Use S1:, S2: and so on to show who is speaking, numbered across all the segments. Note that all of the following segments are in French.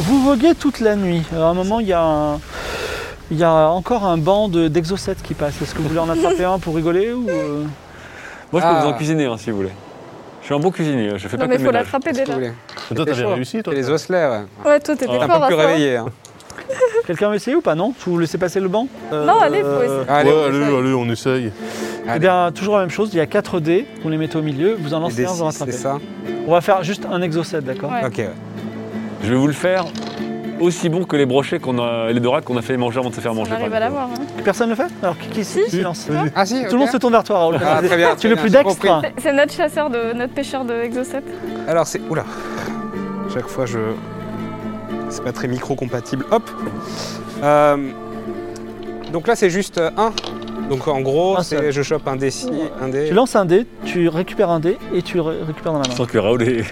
S1: Vous voguez toute la nuit. Alors, à un moment, il y a un- Il y a encore un banc de- d'exocètes qui passe. Est-ce que vous voulez en attraper un pour rigoler ou euh,
S2: Moi, je peux
S3: Ah.
S2: vous en cuisiner un, si vous voulez. Je suis un bon cuisinier, je fais
S4: Non,
S2: pas
S4: mais
S2: que le
S4: faut
S2: ménage.
S4: l'attraper
S3: Si vous
S4: déjà.
S3: voulez.
S5: Mais toi,
S3: T'es
S5: t'avais
S3: chaud.
S5: réussi, toi
S3: T'es les osselets, ouais.
S4: Ouais, toi,
S2: Ah.
S4: t'étais fort
S3: T'es un peu
S4: à
S3: plus
S4: bah, ça.
S3: réveillé. hein.
S1: Quelqu'un veut essayer ou pas Non Je vous laissez passer le banc Euh,
S4: Non, allez, faut essayer.
S3: Allez,
S5: ouais,
S3: on
S5: allez,
S3: essaye.
S5: allez, on essaye.
S1: Eh bien, toujours la même chose. Il y a 4 dés. Vous les mettez au milieu. Vous en
S3: Et
S1: lancez
S3: des
S1: un, vous en
S3: six, C'est
S1: attrapez.
S3: ça
S1: On va faire juste un exocète, d'accord
S4: Ouais.
S3: Ok. ouais.
S2: Je vais vous le faire aussi bon que les brochets qu'on a, les dorades qu'on a fait manger avant de se faire
S4: On
S2: manger. par
S4: arrive
S2: les
S4: à
S2: pauvres.
S4: l'avoir. hein.
S1: Personne ne le fait Alors, qui, qui
S4: Si.
S1: silence
S5: Vas-y.
S3: Ah si
S1: Tout le monde se tourne vers toi, Raoul.
S3: Ah, très bien,
S1: tu
S3: très
S1: es le
S3: bien,
S1: plus
S3: j'ai
S1: dextre. hein.
S3: compris.
S4: C'est- C'est notre chasseur de notre pêcheur de Exocet.
S3: Alors c'est. Oula Chaque fois je. C'est pas très micro-compatible. Hop Euh, Donc là c'est juste 1. Donc en gros,
S1: Un
S3: c'est-
S1: seul.
S3: je chope un D6, un
S1: Tu
S3: D
S1: lances un dé, tu récupères un dé et tu ré- récupères dans la main.
S2: Sans que Raoul ait-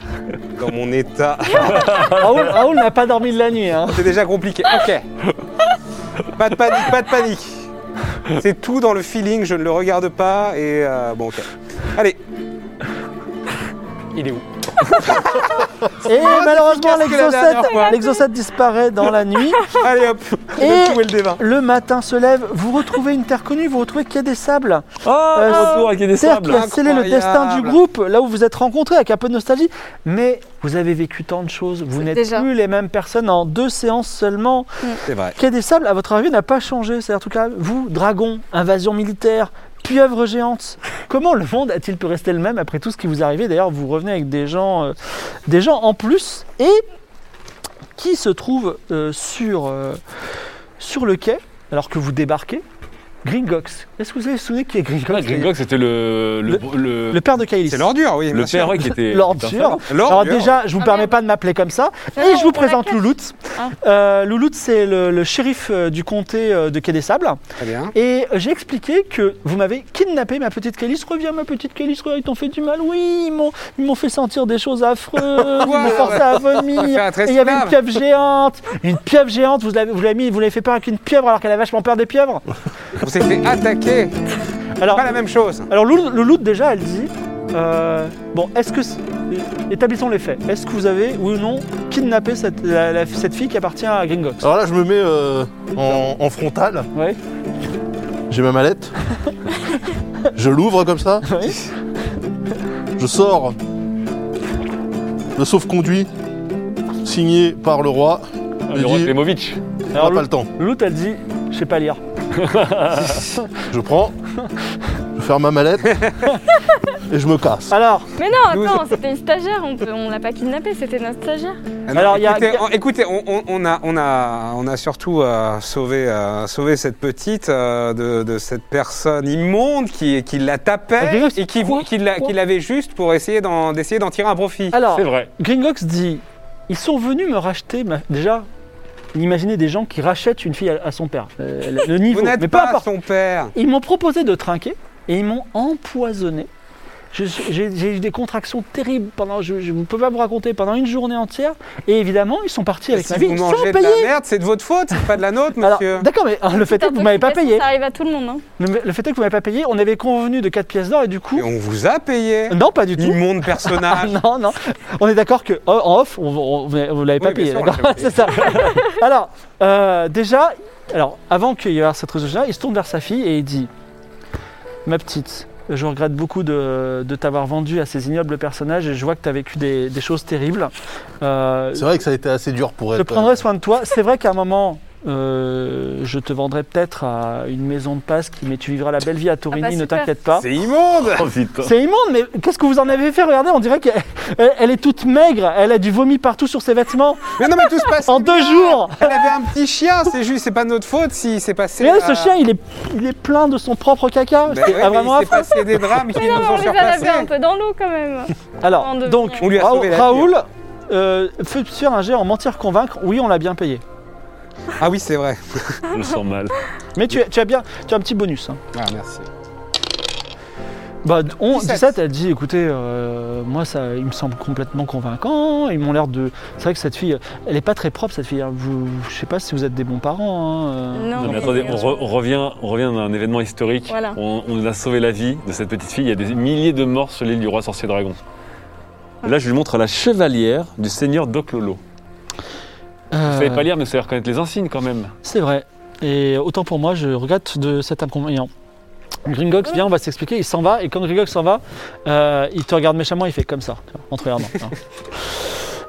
S3: dans mon état.
S1: Raoul, Raoul n'a pas dormi de la nuit. Hein.
S3: c'est déjà compliqué. Ok. Pas de panique, pas de panique. C'est tout dans le feeling, je ne le regarde pas et euh, bon ok. Allez. Il est où
S1: Et
S3: Ah,
S1: malheureusement,
S3: efficace que la dernière
S1: l'exocète-
S3: fois.
S1: l'exocète disparaît dans la nuit.
S3: Allez hop.
S1: Et-
S3: Et... Où est le débat
S1: Le matin se lève, vous retrouvez une terre connue, vous retrouvez qu'il y a des sables.
S2: Oh, retour avec des
S1: Terre qui
S2: sables
S1: a scellé le
S3: Incroyable.
S1: destin du groupe, là où vous êtes rencontrés avec un peu de nostalgie. Mais vous avez vécu tant de choses, vous n'êtes
S4: déjà.
S1: plus les mêmes personnes en deux séances seulement.
S3: C'est vrai.
S1: Quai des Sables, à votre avis, n'a pas changé. C'est-à-dire, en tout cas, vous, dragon, invasion militaire, pieuvre géante, comment le monde a-t-il pu rester le même après tout ce qui vous arrivait D'ailleurs, vous revenez avec des gens, euh, des gens en plus et qui se trouvent euh, sur, euh, sur le quai alors que vous débarquez Gringox. Est-ce que vous avez souvenez qui est Gringox
S2: Ah, Gringox, c'était le. Le. Le,
S1: Le père de Kailis.
S3: C'est l'ordure, oui.
S2: le
S3: bien sûr.
S2: père, ouais, qui était.
S1: L'ordure.
S3: L'ordure.
S1: Alors déjà, je vous
S4: Ah,
S1: permets
S4: merde.
S1: pas de m'appeler comme ça.
S4: Non,
S1: et
S4: non,
S1: je vous
S4: on
S1: présente
S4: l'accepte.
S1: Louloute.
S4: Ah.
S1: Euh, Louloute, c'est le, le shérif euh, du comté euh, de Quai des Sables.
S3: Très bien.
S1: Et j'ai expliqué que vous m'avez kidnappé, ma petite Calice. Reviens, ma petite Calice, reviens, ils t'ont fait du mal. Oui, ils m'ont, ils m'ont fait sentir des choses affreuses. ils m'ont forcé à
S3: Faire
S1: vomir.
S3: un
S1: Et
S3: très
S1: il y avait une
S3: esclave.
S1: pieuvre géante. Une pieuvre géante, vous l'avez, vous l'avez mis, vous l'avez fait peur avec une pieuvre alors qu'elle a vachement peur des pieuvres.
S3: On s'est fait attaquer.
S1: Alors,
S3: Pas la même chose.
S1: alors Loulou- Louloute, déjà, elle dit euh, Bon, est-ce que. c'est- Établissons les faits. Est-ce que vous avez, oui ou non, kidnappé cette, la- la- cette fille qui appartient à Gringox
S5: Alors là, je me mets euh, en, en frontal.
S1: Ouais.
S5: J'ai ma mallette. je l'ouvre comme ça.
S1: Oui.
S5: Je sors le sauf-conduit signé par le roi.
S2: Ah,
S5: Il
S2: Le roi
S5: dit-
S2: Klemovic.
S5: On
S1: Alors,
S5: n'a
S1: Loulou-
S5: pas le temps.
S1: Louloute, elle dit Je sais pas lire.
S5: Je prends, je ferme ma mallette et je me casse.
S1: Alors,
S4: Mais non,
S3: Nous-
S4: attends, c'était une stagiaire, on, peut- on l'a pas kidnappée, c'était notre stagiaire.
S3: Ah non,
S1: Alors, il y a-
S3: écoutez, on- écoutez, on, on- on a, on, a, on a surtout euh, sauvé, euh, sauvé cette petite euh, de, de cette personne immonde qui, qui la
S1: Ah,
S3: tapait
S1: Gringox,
S3: et qui,
S1: quoi
S3: qui, la-
S1: Quoi Ah,
S3: qui l'avait juste pour essayer d'en, d'essayer d'en tirer un profit.
S1: alors.
S2: C'est vrai.
S1: Gringox dit Ils sont venus me racheter. ma- Déjà, imaginez des gens qui rachètent une fille à, à son père. Euh, le- le niveau.
S3: Vous n'êtes
S1: Mais peu
S3: pas
S1: importe.
S3: son père.
S1: Ils m'ont proposé de trinquer et ils m'ont empoisonné. Je suis- J'ai j'ai eu des contractions terribles pendant, je ne peux pas vous raconter, pendant une journée entière. Et évidemment, ils sont partis avec
S3: si
S1: ma vie
S3: vous
S1: sans
S3: mangez de
S1: payer.
S3: la merde, c'est de votre faute, c'est pas de la nôtre,
S1: Alors,
S3: monsieur.
S1: d'accord, mais hein, le fait est que vous m'avez pas payé.
S4: Ça arrive à tout le monde. Hein.
S1: Le le fait est que vous m'avez pas payé. On avait convenu de 4 pièces d'or et du coup.
S3: Et on vous a payé.
S1: Non, pas du tout.
S3: Immonde
S1: Ah,
S3: personnage.
S1: non, non. On est d'accord que oh, en off, on, on- on- vous l'avez pas
S3: Oui, bien
S1: payé,
S3: sûr, on
S1: d'accord
S3: l'a pas payé.
S1: C'est ça. alors, euh, déjà, alors, avant qu'il y ait cette résolution-là, il se tourne vers sa fille et il dit Ma petite, je regrette beaucoup de, de t'avoir vendue à ces ignobles personnages et je vois que tu as vécu des, des choses terribles. Euh,
S5: C'est vrai que ça a été assez dur pour euh, elle.
S1: je prendrai soin de toi. C'est vrai qu'à un moment, euh, je te vendrai peut-être à une maison de passe qui mais tu vivras la belle vie à Torini,
S4: Ah bah,
S1: ne
S4: super.
S1: t'inquiète pas.
S3: C'est immonde
S2: Oh putain.
S1: C'est immonde, mais qu'est-ce que vous en avez fait Regardez, on dirait qu'elle elle- elle est toute maigre, elle a du vomi partout sur ses vêtements
S3: Mais non, mais tout se passe
S1: en deux jours.
S3: Elle avait un petit chien, c'est juste, c'est pas notre faute si c'est passé.
S1: Regardez,
S3: euh,
S1: ce chien, il est, il est plein de son propre caca.
S3: ben
S1: C'est
S3: ouais, mais
S1: vraiment
S3: il s'est
S1: affreux.
S3: passé des drames qui
S4: Mais non,
S3: nous
S4: mais
S3: ont
S4: on les a
S3: surpassés.
S4: lavés un peu dans l'eau quand même.
S1: Alors,
S4: en devenir.
S1: donc,
S3: On lui a
S1: Ra-
S3: sauvé la vie.
S1: Raoul, euh, fais sur un jet en mentir convaincre. Oui, on l'a bien payé.
S3: Ah oui, c'est vrai.
S2: Je me sens mal.
S1: Mais tu, as- tu as bien, tu as un petit bonus. hein.
S3: Ah, merci.
S1: Bah, on,
S3: 17.
S1: 17, elle dit écoutez, euh, moi, ça, il me semble complètement convaincant. Ils m'ont l'air de. C'est vrai que cette fille, elle est pas très propre, cette fille. hein. Vous, je sais pas si vous êtes des bons parents. hein, euh.
S4: Non,
S2: Non, mais attendez, on,
S4: euh,
S2: re- on revient, on revient à un événement historique.
S4: Voilà.
S2: On, on a sauvé la vie de cette petite fille. Il y a des milliers de morts sur l'île du roi sorcier dragon.
S4: Ah.
S2: Là, je lui montre la chevalière du seigneur Doclolo. Vous
S1: Euh,
S2: savez pas lire, mais vous savez reconnaître les insignes quand même.
S1: C'est vrai. Et autant pour moi, je regrette de cet inconvénient. Gringox vient, on va s'expliquer, il s'en va, et quand Gringox s'en va, euh, il te regarde méchamment, il fait comme ça, tu vois, en te regardant. hein.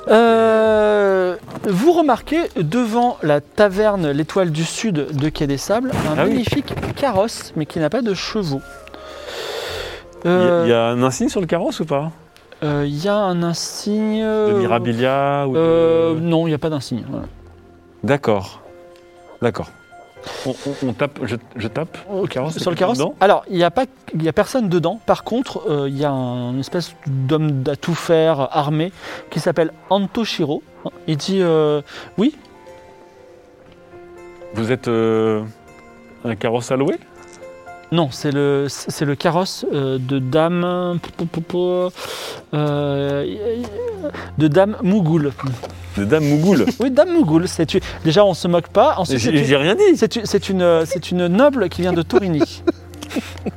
S1: Euh, vous remarquez devant la taverne L'Étoile du Sud de Quai des Sables un
S2: Ah oui.
S1: magnifique carrosse, mais qui n'a pas de chevaux.
S2: Il y a-
S1: Euh,
S2: il y, a un insigne sur le carrosse ou pas
S1: euh, il y, a un insigne.
S2: De
S1: euh,
S2: Mirabilia ou de-
S1: euh, Non, il n'y a pas d'insigne. voilà.
S2: D'accord. D'accord. Oh, On, on- on tape, je, je tape.
S1: Au
S2: carrosse,
S1: Sur le carrosse
S2: dedans
S1: Alors, il n'y a, pas- il y a personne dedans. Par contre, euh, il y a un une espèce d'homme à tout faire euh, armé qui s'appelle Antoshiro. Il dit euh, Oui,
S2: Vous êtes euh, un carrosse à louer
S1: non, c'est le, c'est le carrosse euh, de Dame. pou, pou, pou, euh, de Dame Mougoul.
S2: De Dame Mougoul.
S1: Oui, Dame Mougoul. C'est, tu- déjà, on se moque pas. Ensuite, c'est
S2: J'ai
S1: une-
S2: j'ai rien dit.
S1: c'est une, c'est une, c'est une noble qui vient de Torini.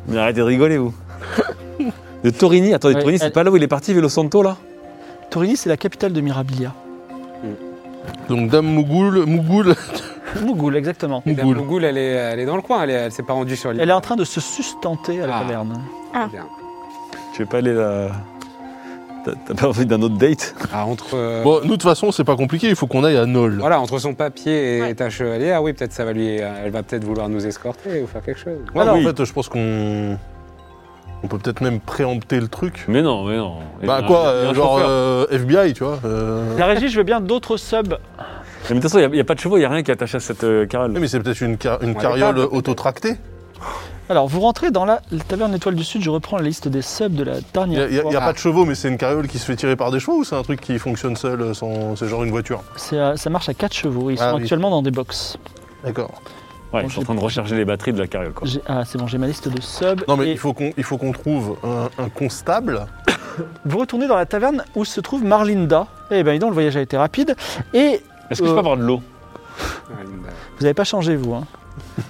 S2: Mais arrêtez de rigoler, vous. De Torini, attendez,
S1: Ouais,
S2: Torini, c'est
S1: elle-
S2: pas là où il est parti, Velo Santo, là
S1: Torini, c'est la capitale de Mirabilia.
S5: Donc Dame Mougoul, Mougoul,
S1: Mougoul, exactement.
S3: La
S5: Mougoul.
S3: Mougoul, elle est, elle est dans le coin, elle, est- elle s'est pas rendue sur l'île.
S1: Elle est en train de se sustenter à la
S3: Ah.
S1: taverne.
S3: Bien.
S2: Je vais pas aller là. T'as- T'as pas envie d'un autre date
S3: Ah, entre, euh,
S5: Bon, nous de toute façon, c'est pas compliqué, il faut qu'on aille à Nol.
S3: voilà, entre son papier et
S4: Ouais.
S3: ta chevalière, oui, peut-être ça va lui. euh, Elle va peut-être vouloir nous escorter ou faire quelque chose.
S5: Ouais,
S1: Alors,
S5: mais en fait, je pense qu'on on peut peut-être même préempter le truc.
S2: Mais non, mais non.
S5: Bah
S2: Il y a-
S5: quoi,
S2: il y a un
S5: euh, genre
S2: chauffeur.
S5: euh, FBI, tu vois. euh.
S1: La régie, je veux bien d'autres subs
S2: Mais de toute façon, il n'y a, pas de chevaux, il n'y a rien qui est attaché à cette euh,
S5: Ouais,
S2: carole.
S5: mais c'est peut-être une, car- une
S3: Ouais,
S5: carriole
S3: peut-être.
S5: autotractée.
S1: Alors, vous rentrez dans la taverne Étoile du Sud, je reprends la liste des subs de la
S5: Il n'y
S1: dernière
S5: a, y a-
S1: fois.
S5: y a pas de chevaux, mais c'est une carriole qui se fait tirer par des chevaux ou c'est un truc qui fonctionne seul euh, sans... C'est genre une voiture.
S1: Ah, C'est à- ça marche à 4 chevaux, ils
S5: Ah
S1: sont
S5: oui.
S1: actuellement dans des box.
S5: D'accord.
S2: Ouais, je suis en train de recharger les batteries de la carriole, quoi.
S1: J'ai- Ah, c'est bon, j'ai ma liste de subs.
S5: Non, mais
S1: et
S5: il faut qu'on il faut qu'on trouve un, un constable.
S1: Vous retournez dans la taverne où se trouve Marlinda. Eh ben, dis donc, le voyage a été rapide. Et
S2: Est-ce que je
S1: Euh.
S2: peux avoir de l'eau
S3: Ah, Linda.
S1: vous n'avez pas changé, vous. hein.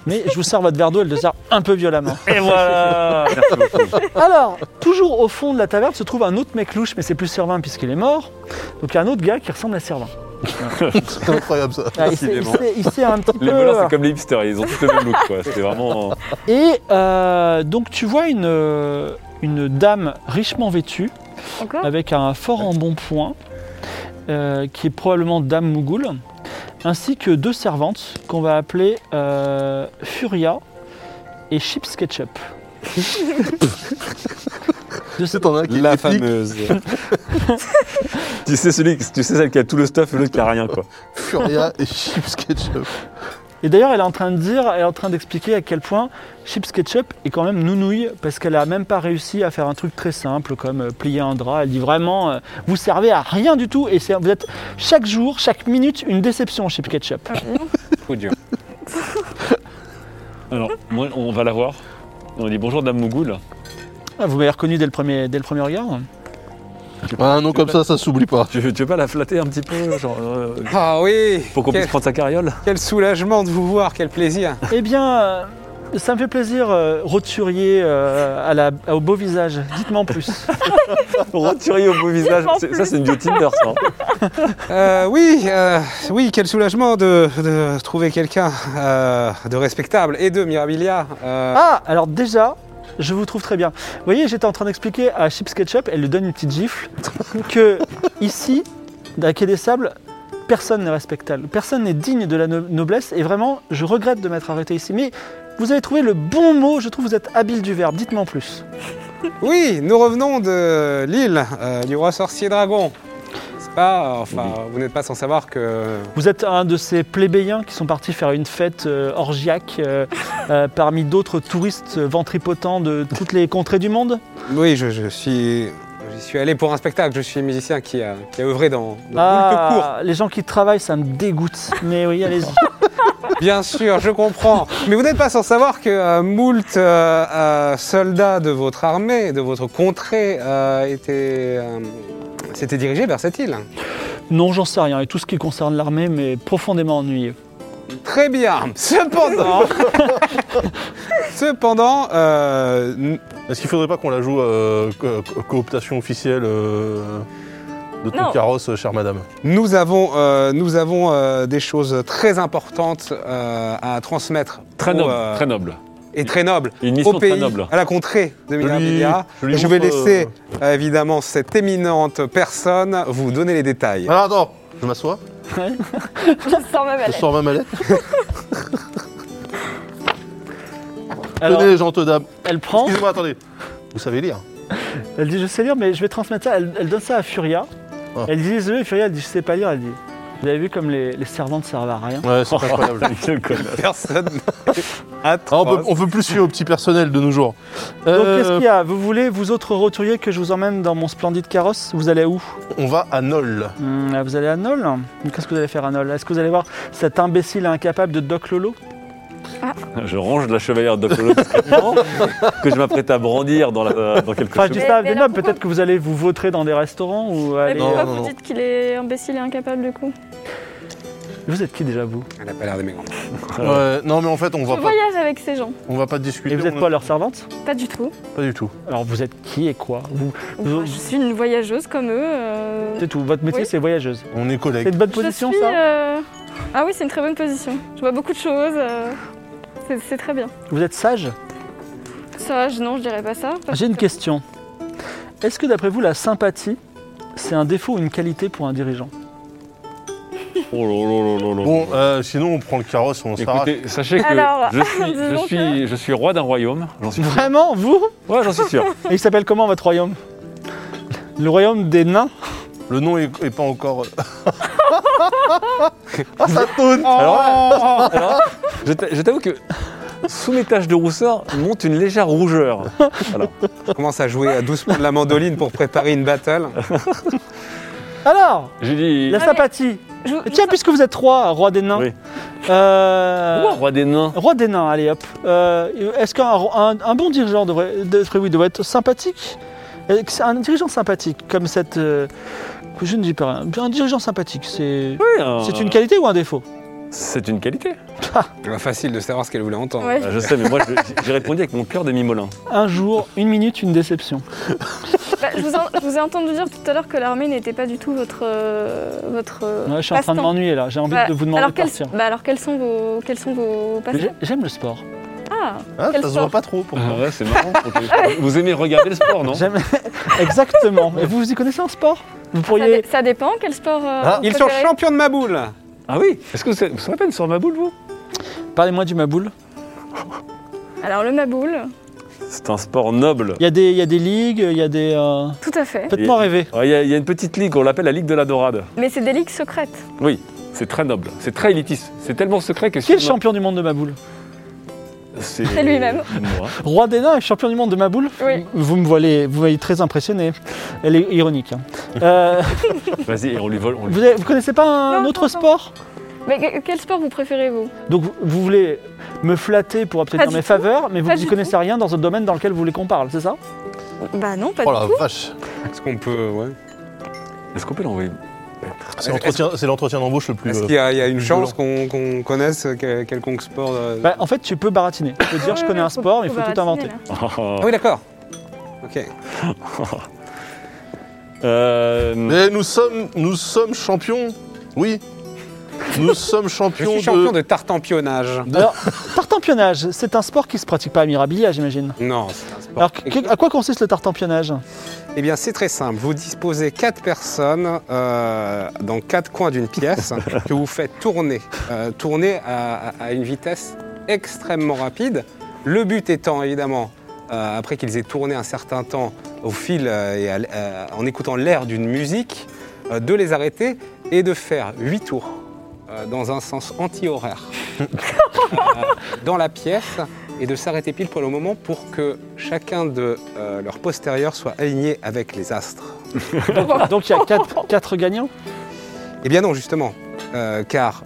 S1: Mais je vous sers votre verre d'eau, elle le sert un peu violemment.
S2: Et voilà Merci beaucoup.
S1: Alors, toujours au fond de la taverne se trouve un autre mec louche, mais c'est plus Servin puisqu'il est mort. Donc, il y a un autre gars qui ressemble à Servin.
S5: C'est incroyable ça.
S1: Ah, il s'est- il s'est il s'est un petit peu.
S2: Les voleurs, c'est comme les hipsters, ils ont tous le même look, quoi. C'est vraiment.
S1: Et euh, donc tu vois une, euh, une dame richement vêtue,
S4: Encore
S1: avec un fort embonpoint, euh, qui est probablement Dame Mougoul, ainsi que deux servantes qu'on va appeler euh, Furia et Chips Ketchup.
S5: C'est en a un qui est
S2: La
S5: ethnique.
S2: fameuse. tu, sais celui, tu sais celle qui a tout le stuff et l'autre qui a rien, quoi.
S5: Furia et Chips Ketchup.
S1: Et d'ailleurs, elle est en train de dire, elle est en train d'expliquer à quel point Chips Ketchup est quand même nounouille parce qu'elle a même pas réussi à faire un truc très simple comme euh, plier un drap. Elle dit vraiment, euh, vous servez à rien du tout et c'est- vous êtes chaque jour, chaque minute une déception, Chips Ketchup.
S3: Coup dur.
S2: Alors, moi, on va la voir. On dit bonjour, Dame Mougoul.
S1: Ah, Vous m'avez reconnu dès le premier, dès le premier regard.
S5: Un nom comme ça, ça s'oublie pas.
S2: Tu, veux- tu veux pas la flatter un petit peu, genre. euh,
S3: Ah oui
S2: Pour qu'on
S3: quel,
S2: puisse prendre sa carriole
S3: quel soulagement de vous voir, quel plaisir
S1: Eh bien, euh, ça me fait plaisir, euh, roturier euh, à la- au beau visage. Dites-moi en plus.
S2: Roturier au beau visage, C'est- ça c'est une bio Tinder ça. hein.
S3: Euh, oui, euh, oui, quel soulagement de, de trouver quelqu'un euh, de respectable et de Mirabilia. Euh,
S1: Ah, alors déjà, je vous trouve très bien. Vous voyez, j'étais en train d'expliquer à Chips Ketchup, elle lui donne une petite gifle, que ici, à Quai des Sables, personne n'est respectable, personne n'est digne de la no- noblesse, et vraiment, je regrette de m'être arrêté ici. Mais vous avez trouvé le bon mot, je trouve que vous êtes habile du verbe, dites-moi en plus.
S3: Oui, nous revenons de l'île euh, du roi sorcier dragon. C'est pas. euh, Enfin, vous n'êtes pas sans savoir que.
S1: Vous êtes un de ces plébéiens qui sont partis faire une fête euh, orgiaque euh, euh, parmi d'autres touristes ventripotents de toutes les contrées du monde
S3: Oui, je, je suis. J'y suis allé pour un spectacle. Je suis musicien qui a, qui a œuvré dans, dans
S1: Ah.
S3: moult cours.
S1: les gens qui travaillent, ça me dégoûte. Mais oui, allez-y.
S3: Bien sûr, je comprends. Mais vous n'êtes pas sans savoir que euh, moult euh, euh, soldats de votre armée, de votre contrée, euh, étaient, euh, s'étaient dirigés vers cette île.
S1: non, j'en sais rien. Et tout ce qui concerne l'armée m'est profondément ennuyeux.
S3: Très bien. Cependant, cependant, euh, n-
S5: Est-ce qu'il faudrait pas qu'on la joue euh, co- co- cooptation officielle euh, de ton
S4: Non.
S5: carrosse, chère madame
S3: nous avons, euh, nous avons euh, des choses très importantes euh, à transmettre.
S2: Très
S3: au,
S2: noble,
S3: euh,
S2: très noble.
S3: Et très noble.
S2: Une
S3: Au
S2: mission
S3: pays,
S2: très noble.
S3: à la contrée de
S5: lui-
S3: Mirabilia.
S5: je lui
S3: Et Je vais
S5: montre, euh,
S3: laisser, euh, évidemment, cette éminente personne vous donner les détails.
S5: Alors attends, je m'assois,
S4: Je sors ma
S5: je
S4: mallette.
S5: sors ma mallette.
S1: Alors,
S5: Tenez les gentes dames.
S1: elle prend,
S5: Excusez-moi, attendez. Vous savez lire
S1: elle dit Je sais lire, mais je vais transmettre ça. Elle, elle donne ça à Furia.
S5: Ah.
S1: Elle dit Désolé, Furia, elle dit Je sais pas lire. Elle dit Vous avez vu comme les, les servantes servent à rien
S5: Ouais, c'est incroyable.
S2: Quel connard.
S3: Personne.
S5: Ah, on, peut,
S3: atroce.
S5: on peut plus suivre au petit personnel de nos jours.
S1: Donc,
S5: Euh,
S1: qu'est-ce qu'il y a Vous voulez, vous autres roturiers, que je vous emmène dans mon splendide carrosse Vous allez où
S5: on va à Nol.
S1: Hum, Vous allez à Nol Qu'est-ce que vous allez faire à Nol Est-ce que vous allez voir cet imbécile incapable de Doc Lolo
S2: Je range la chevalière de Apollo discrètement, que je m'apprête à brandir dans, la, dans quelque
S1: Enfin, je
S2: chose.
S1: dis
S4: Mais-
S1: ça à
S4: mais
S1: des
S4: alors
S1: nobles, peut-être que vous allez vous vautrer dans des restaurants ou
S4: Mais
S1: aller.
S4: pourquoi
S5: non, non.
S4: vous dites qu'il est imbécile et incapable du coup
S1: euh, Vous êtes qui déjà, vous
S3: Elle n'a pas l'air d'aimer grand
S5: Ouais, non, mais en fait, on
S4: Je
S5: va pas,
S4: voyage avec ces gens.
S5: on va pas discuter.
S1: Et vous
S5: on-
S1: êtes pas leur servante
S4: Pas du tout.
S5: Pas du tout.
S1: Alors vous êtes qui et quoi Vous, vous-
S4: Moi, je suis une voyageuse comme eux. euh,
S1: C'est tout, votre métier
S4: Oui.
S1: c'est voyageuse.
S5: On est
S1: C'est
S5: collègues.
S1: une bonne
S4: je
S1: position
S4: suis,
S1: ça
S4: euh, Ah oui, c'est une très bonne position. Je vois beaucoup de choses. euh, c'est- C'est très bien.
S1: Vous êtes sage
S4: Ça, je- non, je dirais pas ça. parce
S1: J'ai une
S4: que-
S1: question. Est-ce que d'après vous la sympathie c'est un défaut ou une qualité pour un dirigeant
S2: Oh là là là là là.
S5: Bon, euh, sinon, on prend le carrosse, on s'arrache.
S2: Écoutez, sachez que
S4: Alors,
S2: je, suis, je,
S4: disons
S2: suis, je suis roi d'un royaume. J'en suis,
S1: Vraiment Vous
S2: ouais, j'en suis sûr.
S1: Et il s'appelle comment votre royaume Le royaume des nains
S5: Le nom est, est pas encore. euh, ah, ça tourne
S1: Oh.
S2: Oh. Alors, alors, je t'a- je t'avoue que sous mes taches de rousseur monte une légère rougeur. Voilà.
S3: Je commence à jouer euh, doucement de la mandoline pour préparer une battle.
S1: Alors
S2: J'ai dit.
S1: La
S4: mais-
S1: sympathie
S4: Je- je-
S1: Tiens, puisque vous êtes roi, roi des nains.
S2: Oui.
S1: euh,
S2: Ouah, roi des nains.
S1: Roi des nains, allez hop. Euh, Est-ce qu'un un- un bon dirigeant devrait, devrait- oui, devrait être sympathique Euh, c'est Un dirigeant sympathique, comme cette. euh, je ne dis pas rien. Un dirigeant sympathique, c'est.
S2: Oui, euh,
S1: C'est une qualité ou un défaut
S2: C'est une qualité.
S3: Bah, facile de savoir ce qu'elle voulait entendre.
S4: Ouais.
S2: Ah, Je sais, mais moi, je- j'ai répondu avec mon cœur de mimolin.
S1: Un jour, une minute, une déception.
S4: bah, je, vous en- je vous ai entendu dire tout à l'heure que l'armée n'était pas du tout votre. euh, votre euh,
S1: Ouais, je suis en train de
S4: passe-temps.
S1: m'ennuyer là, j'ai envie
S4: Bah,
S1: de vous demander
S4: alors,
S1: de
S4: quels-
S1: partir.
S4: bah, alors, quels sont vos, quels sont vos
S1: Mais
S4: passions
S1: j'ai- J'aime le sport.
S4: Ah,
S5: Ah, Ça
S4: Quel
S5: se voit
S4: sort
S5: pas trop. Pour...
S2: Ah ouais, c'est marrant. ok. Vous aimez regarder le sport, non
S1: J'aime- Exactement. Et vous vous y connaissez en sport Vous
S4: Ah, ça,
S1: pourriez.
S4: dé- ça dépend quel sport. euh,
S5: Ah,
S3: Ils
S4: vous
S3: sont
S4: préférez.
S3: champions de ma boule.
S2: Ah oui Est-ce que vous savez- vous savez pas une sur ma boule, vous
S1: Parlez-moi du Maboul.
S4: Alors le maboule,
S2: C'est un sport noble.
S1: Il y, a des- il y a des ligues, il y a des. euh,
S4: tout à fait.
S1: Faites-moi rêver.
S2: Ouais, Il y, a- il y a une petite ligue, on l'appelle la Ligue de la Dorade.
S4: Mais c'est des ligues secrètes.
S2: Oui, c'est très noble, c'est très élitiste. C'est tellement secret que...
S1: Qui est le champion du monde de Maboul
S4: C'est lui-même.
S2: Moi.
S1: Roi des nains et champion du monde de Maboul
S4: Oui.
S1: Vous me voyez, vous voyez très impressionné. Elle est ironique. hein. Euh,
S2: Vas-y, et on lui vole. On lui...
S1: vous, avez- vous connaissez pas un
S4: Non,
S1: autre
S4: non, non.
S1: sport
S4: Mais que- quel sport vous préférez vous
S1: Donc vous, vous voulez me flatter pour obtenir
S4: du
S1: mes
S4: tout.
S1: faveurs, mais vous
S4: Pas
S1: n'y
S4: du
S1: connaissez rien dans un domaine dans lequel vous voulez qu'on parle, c'est ça
S4: Bah non, pas
S5: Oh
S4: du
S5: la
S4: tout.
S5: vache
S3: Est-ce qu'on peut. ouais.
S2: Est-ce qu'on peut l'envoyer
S5: C'est l'entretien- C'est l'entretien d'embauche le plus.
S3: Est-ce
S5: euh,
S3: qu'il y a, il y a une chance qu'on
S5: violent.
S3: qu'on connaisse quel- quelconque sport euh,
S1: Bah, En fait, tu peux baratiner. Tu peux dire je
S4: Ouais,
S1: connais
S4: ouais,
S1: un sport, mais il faut tout
S4: baratiner,
S1: inventer.
S4: là.
S3: Ah oui, d'accord. Ok.
S2: Euh,
S5: Mais nous sommes, nous sommes champions. Oui. Nous sommes
S3: Je
S5: champions
S3: suis
S5: de.
S3: champion de tartempionnage.
S1: Alors, tartempionnage, c'est un sport qui se pratique pas à Mirabilia, j'imagine.
S3: Non, c'est un sport.
S1: Alors, que- à quoi consiste le tartempionnage
S3: Eh bien, c'est très simple. Vous disposez quatre personnes euh, dans quatre coins d'une pièce que vous faites tourner, euh, tourner à, à- à une vitesse extrêmement rapide. Le but étant évidemment, euh, après qu'ils aient tourné un certain temps au fil euh, et à l- euh, en écoutant l'air d'une musique, euh, de les arrêter et de faire huit tours euh, dans un sens anti-horaire euh, dans la pièce et de s'arrêter pile poil au moment pour que chacun de euh, leurs postérieurs soit aligné avec les astres.
S1: donc, donc, il y a quatre, quatre gagnants
S3: Eh bien non, justement, euh, car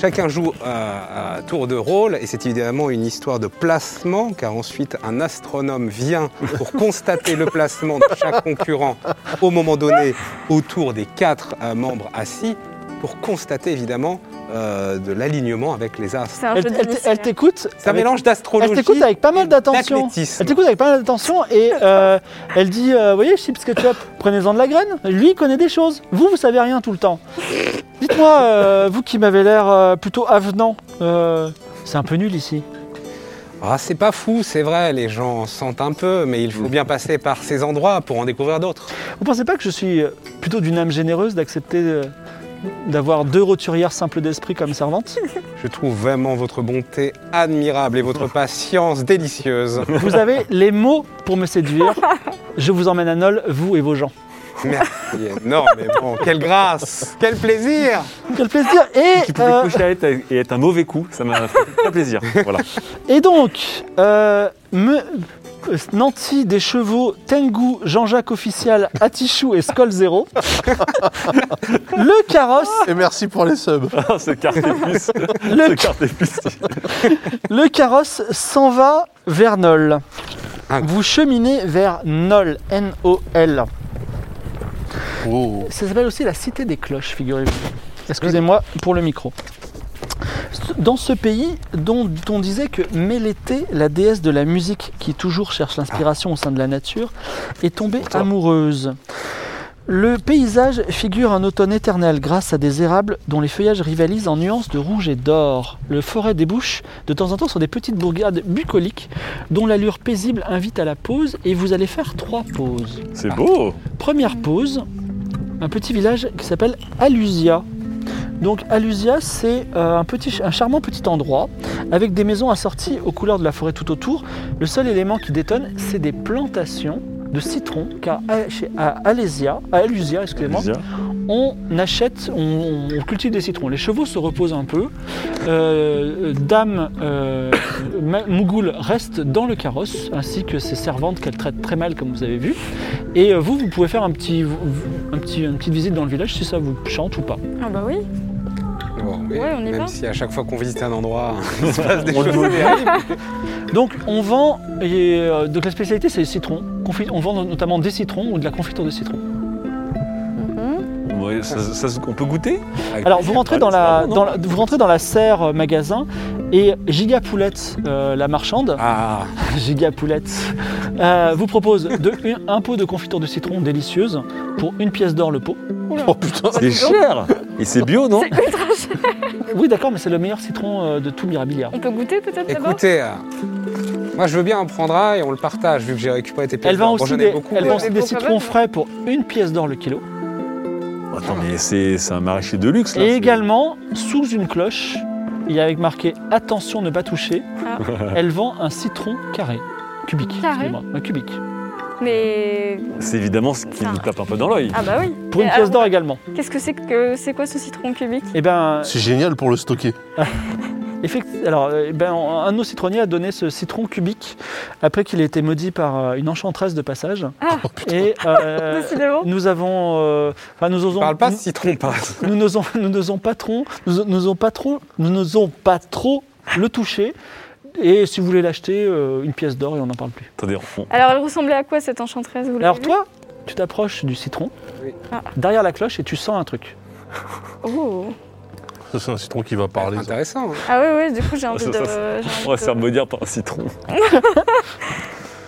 S3: chacun joue euh, à tour de rôle et c'est évidemment une histoire de placement, car ensuite un astronome vient pour constater le placement de chaque concurrent au moment donné autour des quatre euh, membres assis pour constater évidemment euh, de l'alignement avec les astres.
S4: C'est un
S1: Elle,
S4: jeu de
S1: elle-
S4: domicile.
S1: elle t'écoute
S3: C'est un
S1: avec-
S3: mélange
S1: Elle
S3: d'astrologie
S1: Ah, t'écoute avec pas
S3: et
S1: mal d'attention.
S3: d'athlétisme.
S1: Elle t'écoute avec pas mal d'attention et euh, elle dit euh, Vous voyez, Chips Ketchup, prenez-en de la graine. Lui, il connaît des choses. Vous, vous savez rien tout le temps. Dites-moi, euh, vous qui m'avez l'air euh, plutôt avenant, euh, c'est un peu nul ici.
S3: Ah, c'est pas fou, c'est vrai, les gens sentent un peu, mais il faut bien passer par ces endroits pour en découvrir d'autres.
S1: Vous pensez pas que je suis euh, plutôt d'une âme généreuse d'accepter euh, d'avoir deux roturières simples d'esprit comme servantes
S3: Je trouve vraiment votre bonté admirable et votre patience délicieuse.
S1: Vous avez les mots pour me séduire. Je vous emmène à Nol, vous et vos gens.
S3: Merci énormément. Quelle grâce, quel plaisir.
S1: Quel plaisir
S2: Tu
S1: Et,
S2: pouvais
S1: euh,
S2: coucher avec et être un mauvais coup, ça m'a fait très plaisir. Voilà.
S1: et donc, euh, me, euh, Nanti des chevaux, Tengu, Jean-Jacques official, Atichou et Skol Zero. le carrosse,
S5: Et merci pour les subs.
S2: Ah, ce carte épice.
S1: Le-
S2: Ce carte épice.
S1: le carrosse s'en va vers Nol.
S3: Ah.
S1: Vous cheminez vers Nol, N-O-L.
S5: Oh.
S1: Ça s'appelle aussi la cité des cloches, figurez-vous. Excusez-moi pour le micro. Dans ce pays dont on disait que Mélété, la déesse de la musique qui toujours cherche l'inspiration au sein de la nature, est tombée amoureuse. Le paysage figure un automne éternel grâce à des érables dont les feuillages rivalisent en nuances de rouge et d'or. Le forêt débouche de temps en temps sur des petites bourgades bucoliques dont l'allure paisible invite à la pause et vous allez faire trois pauses.
S2: C'est beau.
S1: Première pause, un petit village qui s'appelle Alusia. Donc Alusia, c'est euh, un, petit, un charmant petit endroit avec des maisons assorties aux couleurs de la forêt tout autour. Le seul élément qui détonne, c'est des plantations de citrons, car à, chez, à Alésia, à Alusia, excusez-moi,
S2: Bien.
S1: on achète, on, on cultive des citrons. Les chevaux se reposent un peu. Euh, Dame euh, Ma- Mougoul reste dans le carrosse, ainsi que ses servantes qu'elle traite très mal, comme vous avez vu. Et euh, vous, vous pouvez faire un petit, vous- vous- un petit, une petite visite dans le village si ça vous chante ou pas.
S4: Ah bah oui.
S3: Bon, oui,
S4: Ouais, on y
S3: même
S4: va.
S3: si à chaque fois qu'on visite un endroit, il se passe des
S2: On le
S3: choses.
S2: voit.
S3: terribles.
S1: Donc on vend, et, euh, donc la spécialité c'est les citrons. Confi- on vend notamment des citrons ou de la confiture de citron.
S2: Ouais, ça- ça se- on peut goûter
S1: Alors vous rentrez dans la,
S2: C'est
S1: dans la- vous rentrez dans la serre euh, magasin et Giga Poulette, euh, la marchande,
S3: Ah,
S1: Giga Poulette, euh, vous propose de, un, un pot de confiture de citron délicieuse pour une pièce d'or le pot.
S5: Oh putain.
S2: C'est cher. Et c'est bio, non
S1: Oui d'accord, mais c'est le meilleur citron euh, de tout Mirabilia.
S4: On peut goûter peut-être d'abord
S3: écoutez, euh, moi je veux bien en prendre un et on le partage vu que j'ai récupéré tes pièces.
S1: Elle vend
S3: d'or. Bon,
S1: aussi
S3: j'en ai
S1: des,
S3: beaucoup,
S1: elle
S3: mais-
S1: vend aussi des
S4: Bon, quand
S1: citrons
S4: même.
S1: frais pour une pièce d'or le kilo.
S2: Attends, mais c'est c'est un maraîcher de luxe. là,
S1: Et
S2: c'est-
S1: également, sous une cloche, il y a marqué attention ne pas toucher.
S4: Ah.
S1: Elle vend un citron carré. Cubique,
S4: Carré
S1: excusez-moi, un cubique.
S4: Mais.
S2: C'est évidemment ce qui
S4: Ça.
S2: nous tape un peu dans l'œil.
S4: Ah bah oui.
S1: Pour une
S4: Et
S1: pièce
S4: alors,
S1: d'or également.
S4: Qu'est-ce que c'est que. C'est quoi ce citron cubique
S1: Eh ben,
S5: C'est génial pour le stocker.
S1: effect- alors, eh ben, un de nos citronniers a donné ce citron cubique après qu'il ait été maudit par euh, une enchanteresse de passage.
S4: Ah.
S5: Oh,
S1: Et euh,
S4: Décidément.
S1: nous avons, euh, enfin, nous osons,
S3: Parle pas de
S1: nous-
S3: citron, pas.
S1: nous n'osons, nous n'osons pas trop, nous n'osons pas trop, nous n'osons pas trop le toucher. Et si vous voulez l'acheter, euh, une pièce d'or et on n'en parle plus.
S2: Attendez, on-
S4: Alors elle ressemblait à quoi cette enchanteresse vous l'avez
S1: Alors
S4: vue
S1: toi, tu t'approches du citron,
S3: Oui.
S4: Ah.
S1: derrière la cloche, et tu sens un truc.
S4: Oh.
S5: Ça, c'est un citron qui va parler. ça.
S3: Intéressant. hein.
S4: Ah ouais, ouais, du coup j'ai envie
S2: Ça,
S4: de.
S2: ça,
S4: j'ai envie
S2: on va
S4: de-
S2: se faire maudire par un citron.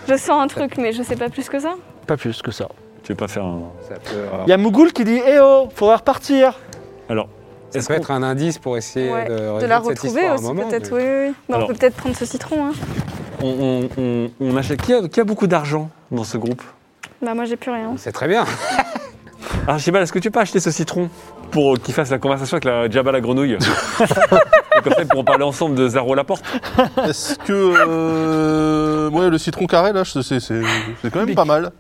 S4: Je sens un truc, mais je sais pas plus que ça.
S1: Pas plus
S5: Ah.
S1: que ça.
S2: Tu veux pas faire un.
S3: Ça peut, euh,
S1: Il y a Mougoul qui dit Eh oh, faudrait repartir
S2: Alors,
S3: Ça peut être un indice pour essayer
S4: Ouais,
S3: de,
S4: de la
S3: résoudre cette
S4: retrouver
S3: histoire à un
S4: aussi
S3: moment,
S4: peut-être,
S3: mais-
S4: oui, oui. Non,
S2: Alors-
S4: On peut peut-être prendre ce citron. Hein.
S2: On, on- on- on achète. Qui a, qui a beaucoup d'argent dans ce groupe
S4: Bah moi j'ai plus rien.
S3: C'est très bien.
S2: Archibald, Ah, est-ce que tu peux acheter ce citron pour euh, qu'il fasse la conversation avec la Jabba la grenouille Et comme ça, ils pourront parler ensemble de Zaro la porte.
S5: Est-ce que. euh, Ouais, le citron carré, là, c'est c'est- c'est quand même pas mal.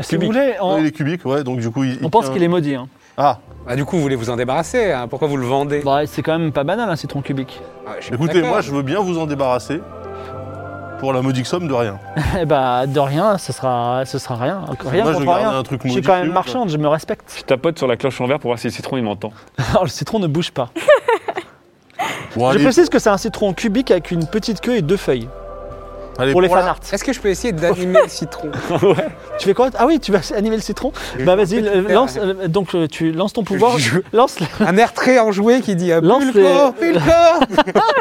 S1: Si vous
S2: Cubique.
S1: voulez, on,
S5: Ouais, il est cubique, ouais, donc du coup. Il,
S1: on pense qu'il est maudit. hein.
S5: Ah,
S3: Bah, du coup, vous voulez vous en débarrasser. hein. Pourquoi vous le vendez
S1: Bah, c'est quand même pas banal un citron cubique.
S3: Ah, je suis
S5: écoutez,
S3: d'accord.
S5: moi, je veux bien vous en débarrasser pour la modique somme de rien.
S1: Eh bah, de rien, ce sera, ce sera rien. Rien
S5: moi, je
S1: contre
S5: garde
S1: rien.
S5: un truc
S1: Je suis
S5: maudit
S1: quand
S5: chez
S1: même
S5: vous,
S1: marchande, je me respecte.
S2: Je tapote sur la cloche en verre pour voir si le citron il m'entend.
S1: Alors, le citron ne bouge pas.
S5: quoi.
S3: Oh,
S5: Bon,
S1: Je
S5: allez,
S1: précise que c'est un citron cubique avec une petite queue et deux feuilles.
S5: allez,
S1: pour les
S5: la-
S1: fanarts.
S3: Est-ce que je peux essayer d'animer le citron
S1: Tu fais quoi Ah oui, tu vas animer le citron Bah vas-y,
S3: vais
S1: euh,
S3: faire-
S1: lance, euh, donc euh, tu lances ton pouvoir,
S3: Je-
S1: lance,
S3: Un air très enjoué qui dit euh,
S1: Lance
S3: Pulco,
S1: les-
S3: Pulco,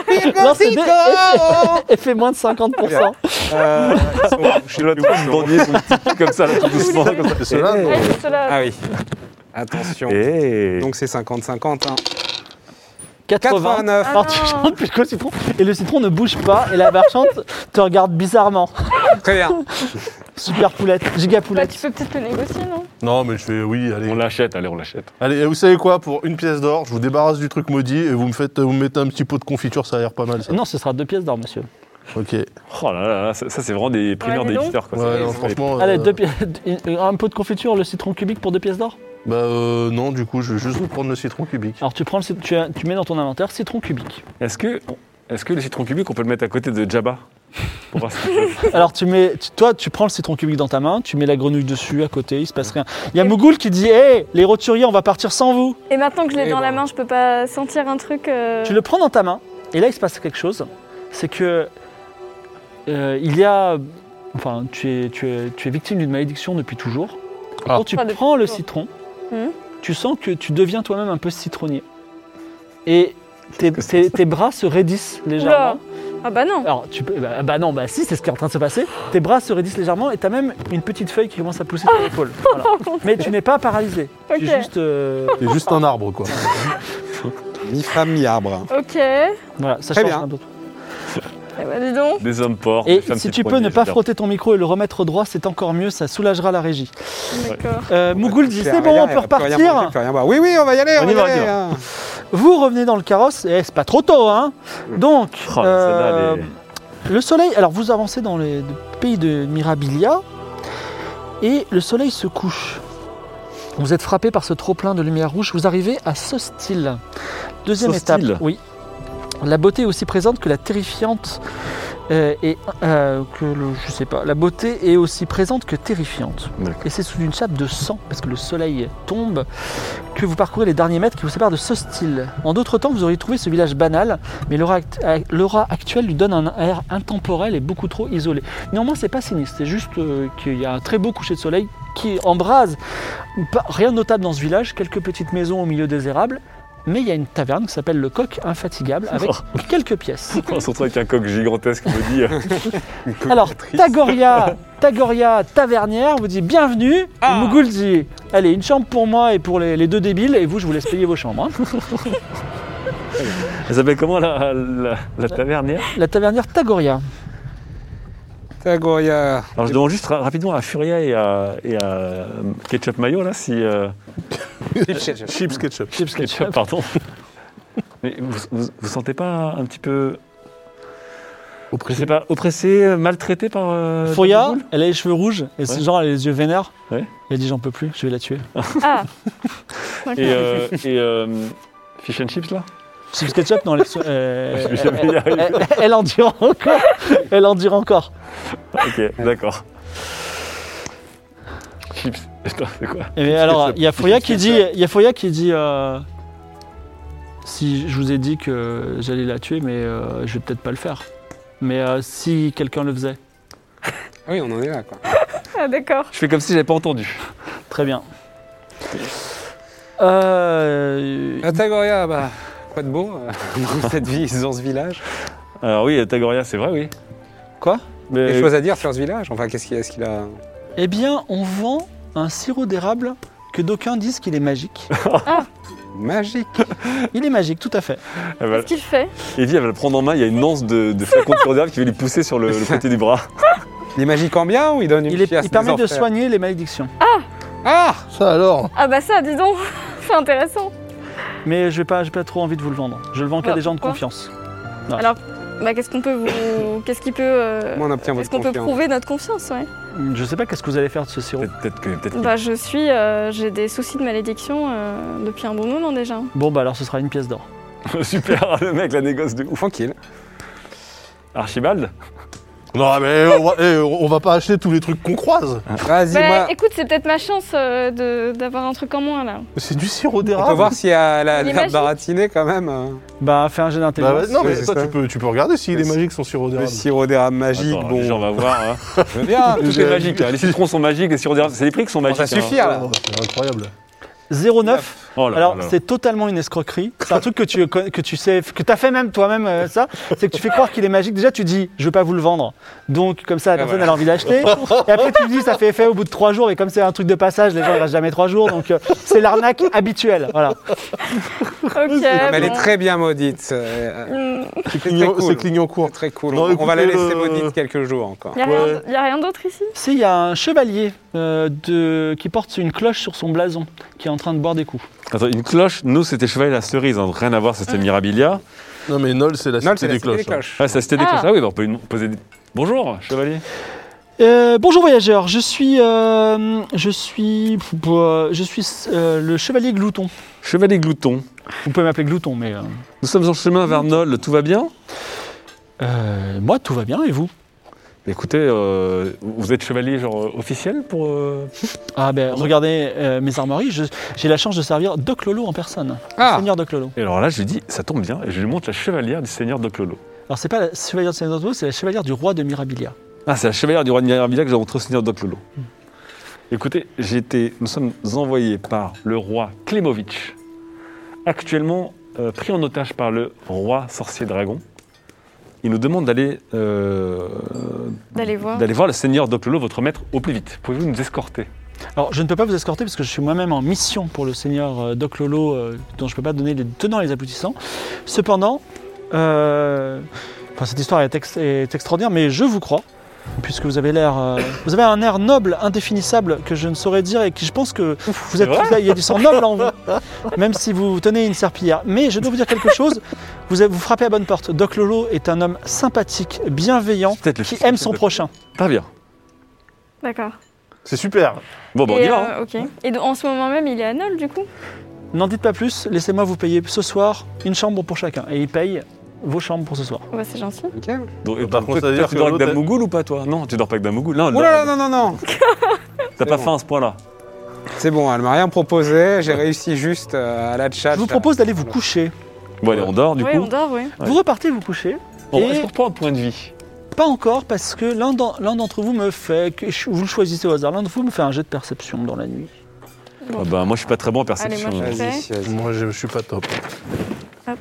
S3: Pulco,
S1: lance le dé
S3: Citron
S1: et fais moins de 50%.
S3: Euh, ils sont-
S2: Je dois trop me bander son petit cul comme ça, là, tout doucement. comme ça.
S5: C'est cela, non
S4: Ouais, c'est cela.
S3: Ah oui. Attention.
S2: Eh.
S3: Donc c'est 50-50. hein.
S1: 80.
S3: 89.
S1: Alors tu
S4: Ah non.
S1: chantes plus que le citron et le citron ne bouge pas et la marchande te regarde bizarrement.
S3: Très bien.
S1: Super poulette, giga
S4: Bah,
S1: poulette.
S4: tu peux peut-être le négocier, non
S1: Eh.
S5: Non, mais je fais oui, allez.
S2: On l'achète, allez, on l'achète.
S5: Allez, et vous savez quoi Pour une pièce d'or, je vous débarrasse du truc maudit et vous me faites, vous me mettez un petit pot de confiture, ça a l'air pas mal ça.
S1: Non, ce sera deux pièces d'or, monsieur.
S5: Ok. Ouais,
S2: Oh là là, là, ça, ça, c'est vraiment des primeurs
S4: dis
S2: des
S4: donc.
S2: visiteurs. Quoi. Ça,
S5: non,
S2: ça, ça,
S5: franchement.
S1: Allez,
S5: euh,
S1: deux pièces, un pot de confiture, le citron cubique pour deux pièces d'or.
S5: Bah euh, non, du coup, je vais juste vous prendre le citron cubique.
S1: Alors tu prends, le cit- tu, as- tu mets dans ton inventaire citron cubique.
S2: Est-ce que, est-ce que le citron cubique, on peut le mettre à côté de Jabba Pour voir si-
S1: Alors tu mets, tu- toi, tu prends le citron cubique dans ta main, tu mets la grenouille dessus, à côté, il se passe rien. Il y a Mougoul qui dit, hé, les roturiers, on va partir sans vous.
S4: Et maintenant que je l'ai
S3: Eh
S4: dans la
S3: ben.
S4: main, je peux pas sentir un truc. euh,
S1: Tu le prends dans ta main, et là il se passe quelque chose. C'est que euh, il y a, enfin, tu es, tu es, tu es victime d'une malédiction depuis toujours. Et
S5: Ah.
S1: Quand tu
S4: Pas depuis
S1: prends le
S4: toujours.
S1: citron,
S4: Mhm.
S1: tu sens que tu deviens toi-même un peu citronnier. Et tes, tes- tes bras se raidissent légèrement.
S4: Oula. Ah bah non.
S1: Alors, tu peux, bah, bah non, bah si, c'est ce qui est en train de se passer. Tes bras se raidissent légèrement et t'as même une petite feuille qui commence à pousser sur l'épaule. Voilà. Mais tu n'es pas paralysé. Tu es
S4: Ok.
S1: juste. euh,
S5: C'est juste un arbre, quoi.
S3: Mi-femme, mi-arbre.
S4: Ok. Eh
S1: voilà, ça
S3: Très
S1: change
S3: bien.
S1: rien d'autre.
S4: bah dis donc.
S2: Des hommes porcs.
S1: Et
S2: des femmes
S1: si tu peux
S2: citronniers,
S1: ne pas
S2: j'adore.
S1: frotter ton micro et le remettre droit, c'est encore mieux, ça soulagera la régie.
S4: D'accord.
S1: Euh, Mougoul dit c'est bon, on peut repartir.
S3: Oui, oui, on va y aller.
S2: On
S3: On
S2: y
S3: y
S2: va,
S3: aller,
S2: on y va.
S3: hein.
S1: Vous revenez dans le carrosse, et c'est pas trop tôt, hein
S3: Mm.
S1: Donc,
S2: Oh, là, celle-là,
S1: euh,
S2: elle est-
S1: le soleil. Alors, vous avancez dans les pays de Mirabilia, et le soleil se couche. Vous êtes frappé par ce trop-plein de lumière rouge, vous arrivez à Sostil. Deuxième
S2: Sostil
S1: étape. Oui. La beauté est aussi présente que la terrifiante. euh, et euh, que le- je sais pas, la beauté est aussi présente que terrifiante.
S2: D'accord.
S1: Et c'est sous une chape de sang, parce que le soleil tombe, que vous parcourez les derniers mètres qui vous séparent de ce style. En d'autres temps, vous auriez trouvé ce village banal, mais l'aura act- a- l'aura actuelle lui donne un air intemporel et beaucoup trop isolé. Néanmoins, c'est pas sinistre, c'est juste euh, qu'il y a un très beau coucher de soleil qui embrase. Pas- rien de notable dans ce village, quelques petites maisons au milieu des érables. Mais il y a une taverne qui s'appelle le Coq Infatigable avec quelques pièces.
S2: On se retrouve avec un coq gigantesque, me dit. euh,
S1: Alors, Tagoria, Tagoria Tavernière vous dit bienvenue.
S3: Ah.
S1: Et Mougoul dit allez, une chambre pour moi et pour les, les deux débiles, et vous, je vous laisse payer vos chambres. hein.
S2: Elle s'appelle comment la, la, la tavernière
S1: La Tavernière Tagoria.
S3: Tagoria.
S2: Alors je demande juste ra- rapidement à Furia et à, et à euh, Ketchup Mayo là si. euh,
S5: Chips ketchup.
S1: Chips
S2: ketchup, pardon. Mais vous, vous, vous sentez pas un petit peu. Je sais pas, oppressé, euh, maltraité par. euh,
S1: Fouria,
S2: Deadpool
S1: elle a les cheveux rouges et ce
S2: Ouais.
S1: genre elle a les yeux vénères.
S2: Ouais.
S1: Elle dit j'en peux plus, je vais la tuer.
S4: Ah. Moi, je
S2: Et,
S4: me-
S2: euh, et euh, Fish and Chips là
S1: Chips ketchup, non, elle, est- euh,
S2: Je vais jamais y
S1: elle,
S2: arriver.
S1: elle endure encore. Elle endure encore.
S2: Ok, d'accord. Chips. Attends, c'est quoi
S1: Et alors, il y a Fouria qui dit, il y a Fouria qui dit, euh, si je vous ai dit que j'allais la tuer, mais euh, je vais peut-être pas le faire. Mais euh, si quelqu'un le faisait,
S3: Oui, on en est là, quoi.
S4: Ah d'accord.
S2: Je fais comme si j'avais pas entendu.
S1: très bien. Euh,
S3: Euh, Tagoria, bah, quoi de beau euh, dans cette vie, dans ce village
S2: Alors Ah oui, Tagoria, c'est vrai, oui.
S1: Quoi
S2: Mais euh,
S3: Des choses à dire sur ce village Enfin, qu'est-ce qu'il est-ce qu'il a
S1: eh bien, on vend un sirop d'érable que d'aucuns disent qu'il est magique.
S3: Magique.
S1: Il est magique, tout à fait.
S2: Elle va-
S4: Qu'est-ce qu'il fait
S2: Evie, elle va le prendre en main. Il y a une lance de, de flacon de sirop d'érable qui va lui pousser sur le, le côté du bras.
S3: Il est magique en bien ou il donne une
S1: Il, est-
S3: chiasse
S1: il
S3: des
S1: permet de
S3: enfers
S1: soigner les malédictions.
S3: Ah
S5: Ça alors
S4: Ah bah ça, dis donc C'est intéressant.
S1: Mais je n'ai pas, j'ai pas trop envie de vous le vendre. Je le vends qu'à
S4: Bah,
S1: des gens de
S4: pourquoi
S1: confiance.
S4: Bah qu'est-ce qu'on peut vous... Qu'est-ce qui peut... euh,
S3: Comment on obtient
S4: Est-ce
S3: votre
S4: qu'on peut
S3: confiance
S4: prouver notre confiance, ouais
S1: Je sais pas qu'est-ce que vous allez faire de ce sirop.
S2: Peut-être peut-être que. peut-être que-
S4: Bah je suis... euh, J'ai des soucis de malédiction euh, depuis un bon moment déjà.
S1: Bon, bah alors ce sera une pièce d'or.
S2: Super, le mec, la négoce de ouf.
S3: Tranquille.
S2: Archibald
S5: Non, mais on va, eh, on va pas acheter tous les trucs qu'on croise.
S2: Ah.
S3: Vas-y,
S4: Bah
S3: moi.
S4: écoute, c'est peut-être ma chance euh, de- d'avoir un truc en moins là.
S5: C'est du sirop
S3: On peut
S5: d'érable.
S3: voir s'il y a la,
S4: Il est
S3: la
S4: magique.
S3: baratinée quand même. euh,
S1: Bah fais un jeu
S5: Bah,
S1: d'intelligence.
S5: vas-y, non, mais
S3: c'est
S5: toi,
S3: ça.
S5: tu peux, tu peux regarder s'il
S3: Mais
S5: est
S3: c'est-
S5: magique son sirop
S3: Le
S5: d'érable.
S3: sirop d'érable magique,
S2: Attends,
S3: bon.
S2: Les gens, on va voir. hein.
S3: Je veux bien.
S2: Tout est magique. hein. Les citrons sont magiques, les sirops d'érable, c'est les prix qui sont magiques.
S3: Ça
S2: hein.
S3: suffit alors.
S5: Oh, C'est incroyable.
S1: 09.
S2: Oh là
S1: Alors
S2: là.
S1: c'est totalement une escroquerie. C'est un truc que tu con- que tu sais que t'as fait même toi-même euh, ça. C'est que tu fais croire qu'il est magique. Déjà tu dis je veux pas vous le vendre. Donc comme ça la personne elle a envie d'acheter. Et après tu dis ça fait effet au bout de trois jours. Et comme c'est un truc de passage, les gens ils restent jamais trois jours. Donc euh, c'est l'arnaque habituelle. Voilà.
S4: Ok,
S3: Non, mais elle est
S4: bon.
S3: très bien maudite. euh,
S4: Hmm,
S5: C'est
S3: très
S5: clignant,
S3: cool.
S5: c'est clignancourt.
S3: C'est très cool.
S5: Non,
S3: on, on va la
S5: écoutez,
S3: laisser
S5: euh,
S3: maudite quelques jours encore.
S4: y a rien
S5: Ouais.
S4: d- y a rien d'autre ici
S1: Si il y a un chevalier euh, de qui porte une cloche sur son blason qui est en train de boire des coups.
S2: Attends, une cloche, nous c'était cheval et la cerise, hein. rien à voir, ça,
S4: Ah.
S2: c'était Mirabilia.
S5: Non, mais Nol, c'est la
S3: Non,
S5: cité des
S3: cité
S5: cloches.
S2: Ah, ça c'était des
S4: Ah.
S2: cloches. Ah oui, bah, on peut lui poser des. Bonjour, chevalier.
S1: Euh, bonjour voyageurs. Je suis euh, je suis je suis euh, le chevalier Glouton.
S2: Chevalier Glouton.
S1: Vous pouvez m'appeler Glouton mais euh,
S2: Nous sommes en chemin vers Nol, tout va bien
S1: euh, moi tout va bien et vous?
S2: Écoutez, euh, vous êtes chevalier genre euh, officiel pour. euh,
S1: Ah ben regardez euh, mes armoiries, je- j'ai la chance de servir Doc Lolo en personne,
S3: Ah
S1: Seigneur Doc Lolo.
S2: Et alors là, je lui dis, ça tombe bien, et je lui montre la chevalière du seigneur Doclolo.
S1: Alors c'est pas la chevalière de Seigneur Doc Lolo, c'est la chevalière du roi de Mirabilia.
S2: Ah, c'est la chevalière du roi de Mirabilia que j'ai montré au seigneur Doclolo. Écoutez, j'ai été, nous sommes envoyés par le roi Klemovitch, actuellement euh, pris en otage par le roi sorcier dragon. Il nous demande d'aller euh,
S4: D'aller voir.
S2: d'aller voir le seigneur Doclolo, votre maître, au plus vite. Pouvez-vous nous escorter
S1: Alors je ne peux pas vous escorter parce que je suis moi-même en mission pour le Seigneur euh, Doc Lolo, euh, dont je ne peux pas donner les tenants et les aboutissants. Cependant, euh, enfin, cette histoire est, ex- est extraordinaire, mais je vous crois. Puisque vous avez l'air, euh, vous avez un air noble, indéfinissable, que je ne saurais dire et qui je pense que vous êtes,
S2: c'est vrai
S1: vous avez- il y a du sang noble en vous, même si vous tenez une serpillière. Mais je dois vous dire quelque chose, vous, avez- vous frappez à bonne porte. Doc Lolo est un homme sympathique, bienveillant,
S2: C'est peut-être le
S1: qui
S2: fils
S1: aime
S2: de
S1: son
S2: Doc-
S1: prochain.
S2: Très bien.
S4: D'accord.
S5: C'est super.
S2: Bon, bon, on
S4: Et,
S2: y va. hein.
S4: euh, ok. Et donc, en ce moment même, il est à Nol du coup
S1: N'en dites pas plus, laissez-moi vous payer ce soir une chambre pour chacun. Et ils payent vos chambres pour ce soir.
S4: Ouais, Oh, bah, c'est gentil.
S3: Nickel.
S2: Donc,
S5: Par
S2: donc,
S5: contre, ça
S2: toi,
S5: veut dire
S2: tu
S5: que
S2: dors avec
S5: l'autre-
S2: Damougoul ou pas, toi Non, tu dors pas avec Damougoul. Non,
S3: Oh là là, non, non, non.
S2: t'as pas
S3: c'est
S2: faim à ce point-là.
S3: C'est bon, elle m'a rien proposé. J'ai réussi juste euh, à la chat.
S1: Je vous propose d'aller vous coucher.
S2: Bon, allez, on dort du
S4: ouais,
S2: coup.
S4: on dort, ouais.
S2: Ouais.
S1: Vous repartez vous coucher.
S2: Bon,
S1: Et-
S2: Est-ce qu'on reprend un point de vie
S1: Pas encore parce que l'un d'en- l'un d'entre vous me fait, que je- vous le choisissez au hasard, l'un de vous me fait un jet de perception dans la nuit.
S4: Bon.
S2: Ah bah, Moi, je suis pas très bon en perception. hein.
S4: Allez, moi,
S3: Vas-y,
S4: Ouais.
S3: vas-y.
S5: Moi, je, je suis pas top.
S4: Hop.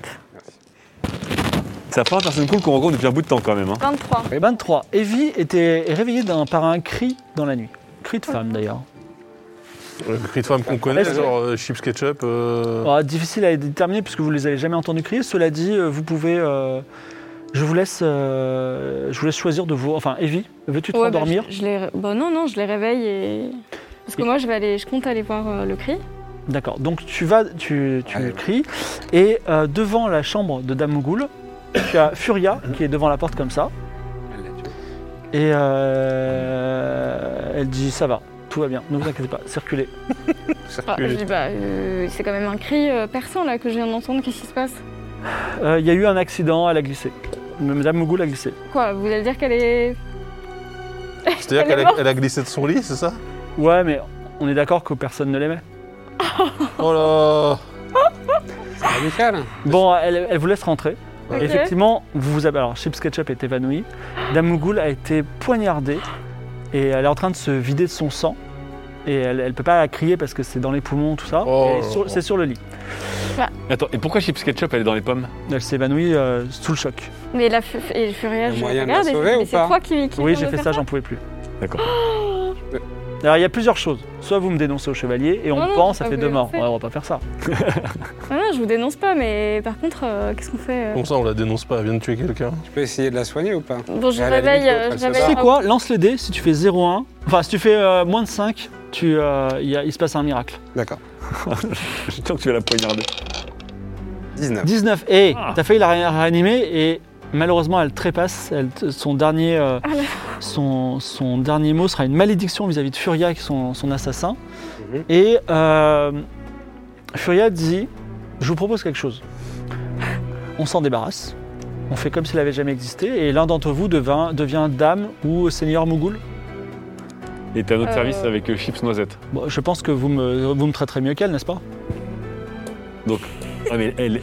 S2: C'est la première personne cool qu'on rencontre depuis un bout de temps quand même. hein.
S4: 23.
S1: Et 23. Evie était est réveillée d'un- par un cri dans la nuit. Cri de femme d'ailleurs.
S5: Le cri de femme
S3: Ah,
S5: qu'on connaît,
S1: Est-ce que-
S5: genre euh, chips ketchup. euh,
S1: Alors, Ah, difficile à déterminer puisque vous ne les avez jamais entendus crier. Cela dit, euh, vous pouvez. euh, je, vous laisse, euh, je vous laisse choisir de vous. Enfin, Evie, veux-tu te
S4: Ouais, bah,
S1: rendormir
S4: je, je les... Bon, non, non, je les réveille et. Parce que
S1: Et-
S4: moi, je vais aller, je compte aller voir euh, le cri.
S1: D'accord, donc tu vas, tu, tu
S3: Allez.
S1: cries, et euh, devant la chambre de Dame Mougoul, tu as Furia qui est devant la porte comme ça, et euh, elle dit ça va, tout va bien, ne vous inquiétez pas, circulez.
S4: Ah, je dis, bah, euh, c'est quand même un cri euh, perçant là que je viens d'entendre. Qu'est-ce qui se passe
S1: Euh, Il y a eu un accident, elle a glissé. Madame Mougoul a glissé.
S4: Quoi Vous allez dire qu'elle est. Elle
S5: C'est-à-dire
S4: est
S5: qu'elle a,
S4: morte.
S5: elle a glissé de son lit, c'est ça
S1: Ouais, mais on est d'accord que personne ne l'aimait.
S5: Oh là
S3: C'est radical.
S1: Bon, elle, elle vous laisse rentrer.
S4: Ok.
S1: Effectivement, vous vous avez. Alors, Chips Ketchup est évanouie. Dame Mougoul a été poignardée et elle est en train de se vider de son sang. Et elle ne peut pas crier parce que c'est dans les poumons, tout ça.
S5: Oh.
S1: Et sur- C'est sur le lit.
S2: Attends, et pourquoi Chips Ketchup elle est dans les pommes
S1: Elle s'évanouit euh, sous le choc.
S4: Mais la fu- et Furia,
S3: Il y a
S4: je
S3: moyen de la
S4: regarde et je dis,
S3: sauver ou
S4: mais c'est
S3: pas
S4: toi qui. qui
S1: Oui,
S4: viens
S1: j'ai
S4: de
S1: fait
S4: faire
S1: ça,
S4: Oh.
S1: j'en pouvais plus.
S2: D'accord.
S1: Alors il y a plusieurs choses. Soit vous me dénoncez au chevalier et on
S4: Non,
S1: me
S4: non,
S1: pend, ça
S4: ah,
S1: fait
S4: vous
S1: deux
S4: le
S1: morts.
S4: faites.
S1: Ouais, on va pas faire ça.
S4: Ah non, je vous dénonce pas, mais par contre, euh, qu'est-ce qu'on fait euh
S5: Comme ça, on la dénonce pas, elle vient de tuer quelqu'un.
S3: Tu peux essayer de la soigner ou pas
S4: Bon, je
S3: Mais à la
S4: réveille.
S3: limite,
S4: euh,
S3: elle
S4: je
S3: se
S4: réveille
S3: barre.
S1: C'est
S4: Raoul.
S1: quoi Lance le dé, si tu fais 0-1, enfin si tu fais euh, moins de 5, tu, euh, il y a- il se passe un miracle.
S3: D'accord.
S2: Je sens que tu vas la poignarder.
S3: 19.
S1: 19, et t'as failli la ré- réanimer et malheureusement elle trépasse, elle t- son, dernier, euh,
S4: Ah là.
S1: son, son dernier mot sera une malédiction vis-à-vis de Furia, qui est son, son assassin.
S3: Mhm.
S1: Et euh, Furia dit, je vous propose quelque chose. On s'en débarrasse, on fait comme s'il n'avait jamais existé, et l'un d'entre vous devint- devient dame ou seigneur Mougoul.
S2: Et t'es à notre
S4: Euh.
S2: service avec euh, Chips Noisette.
S1: Bon, je pense que vous me, vous me traiterez mieux qu'elle, n'est-ce pas
S2: Ah, mais elle. elle-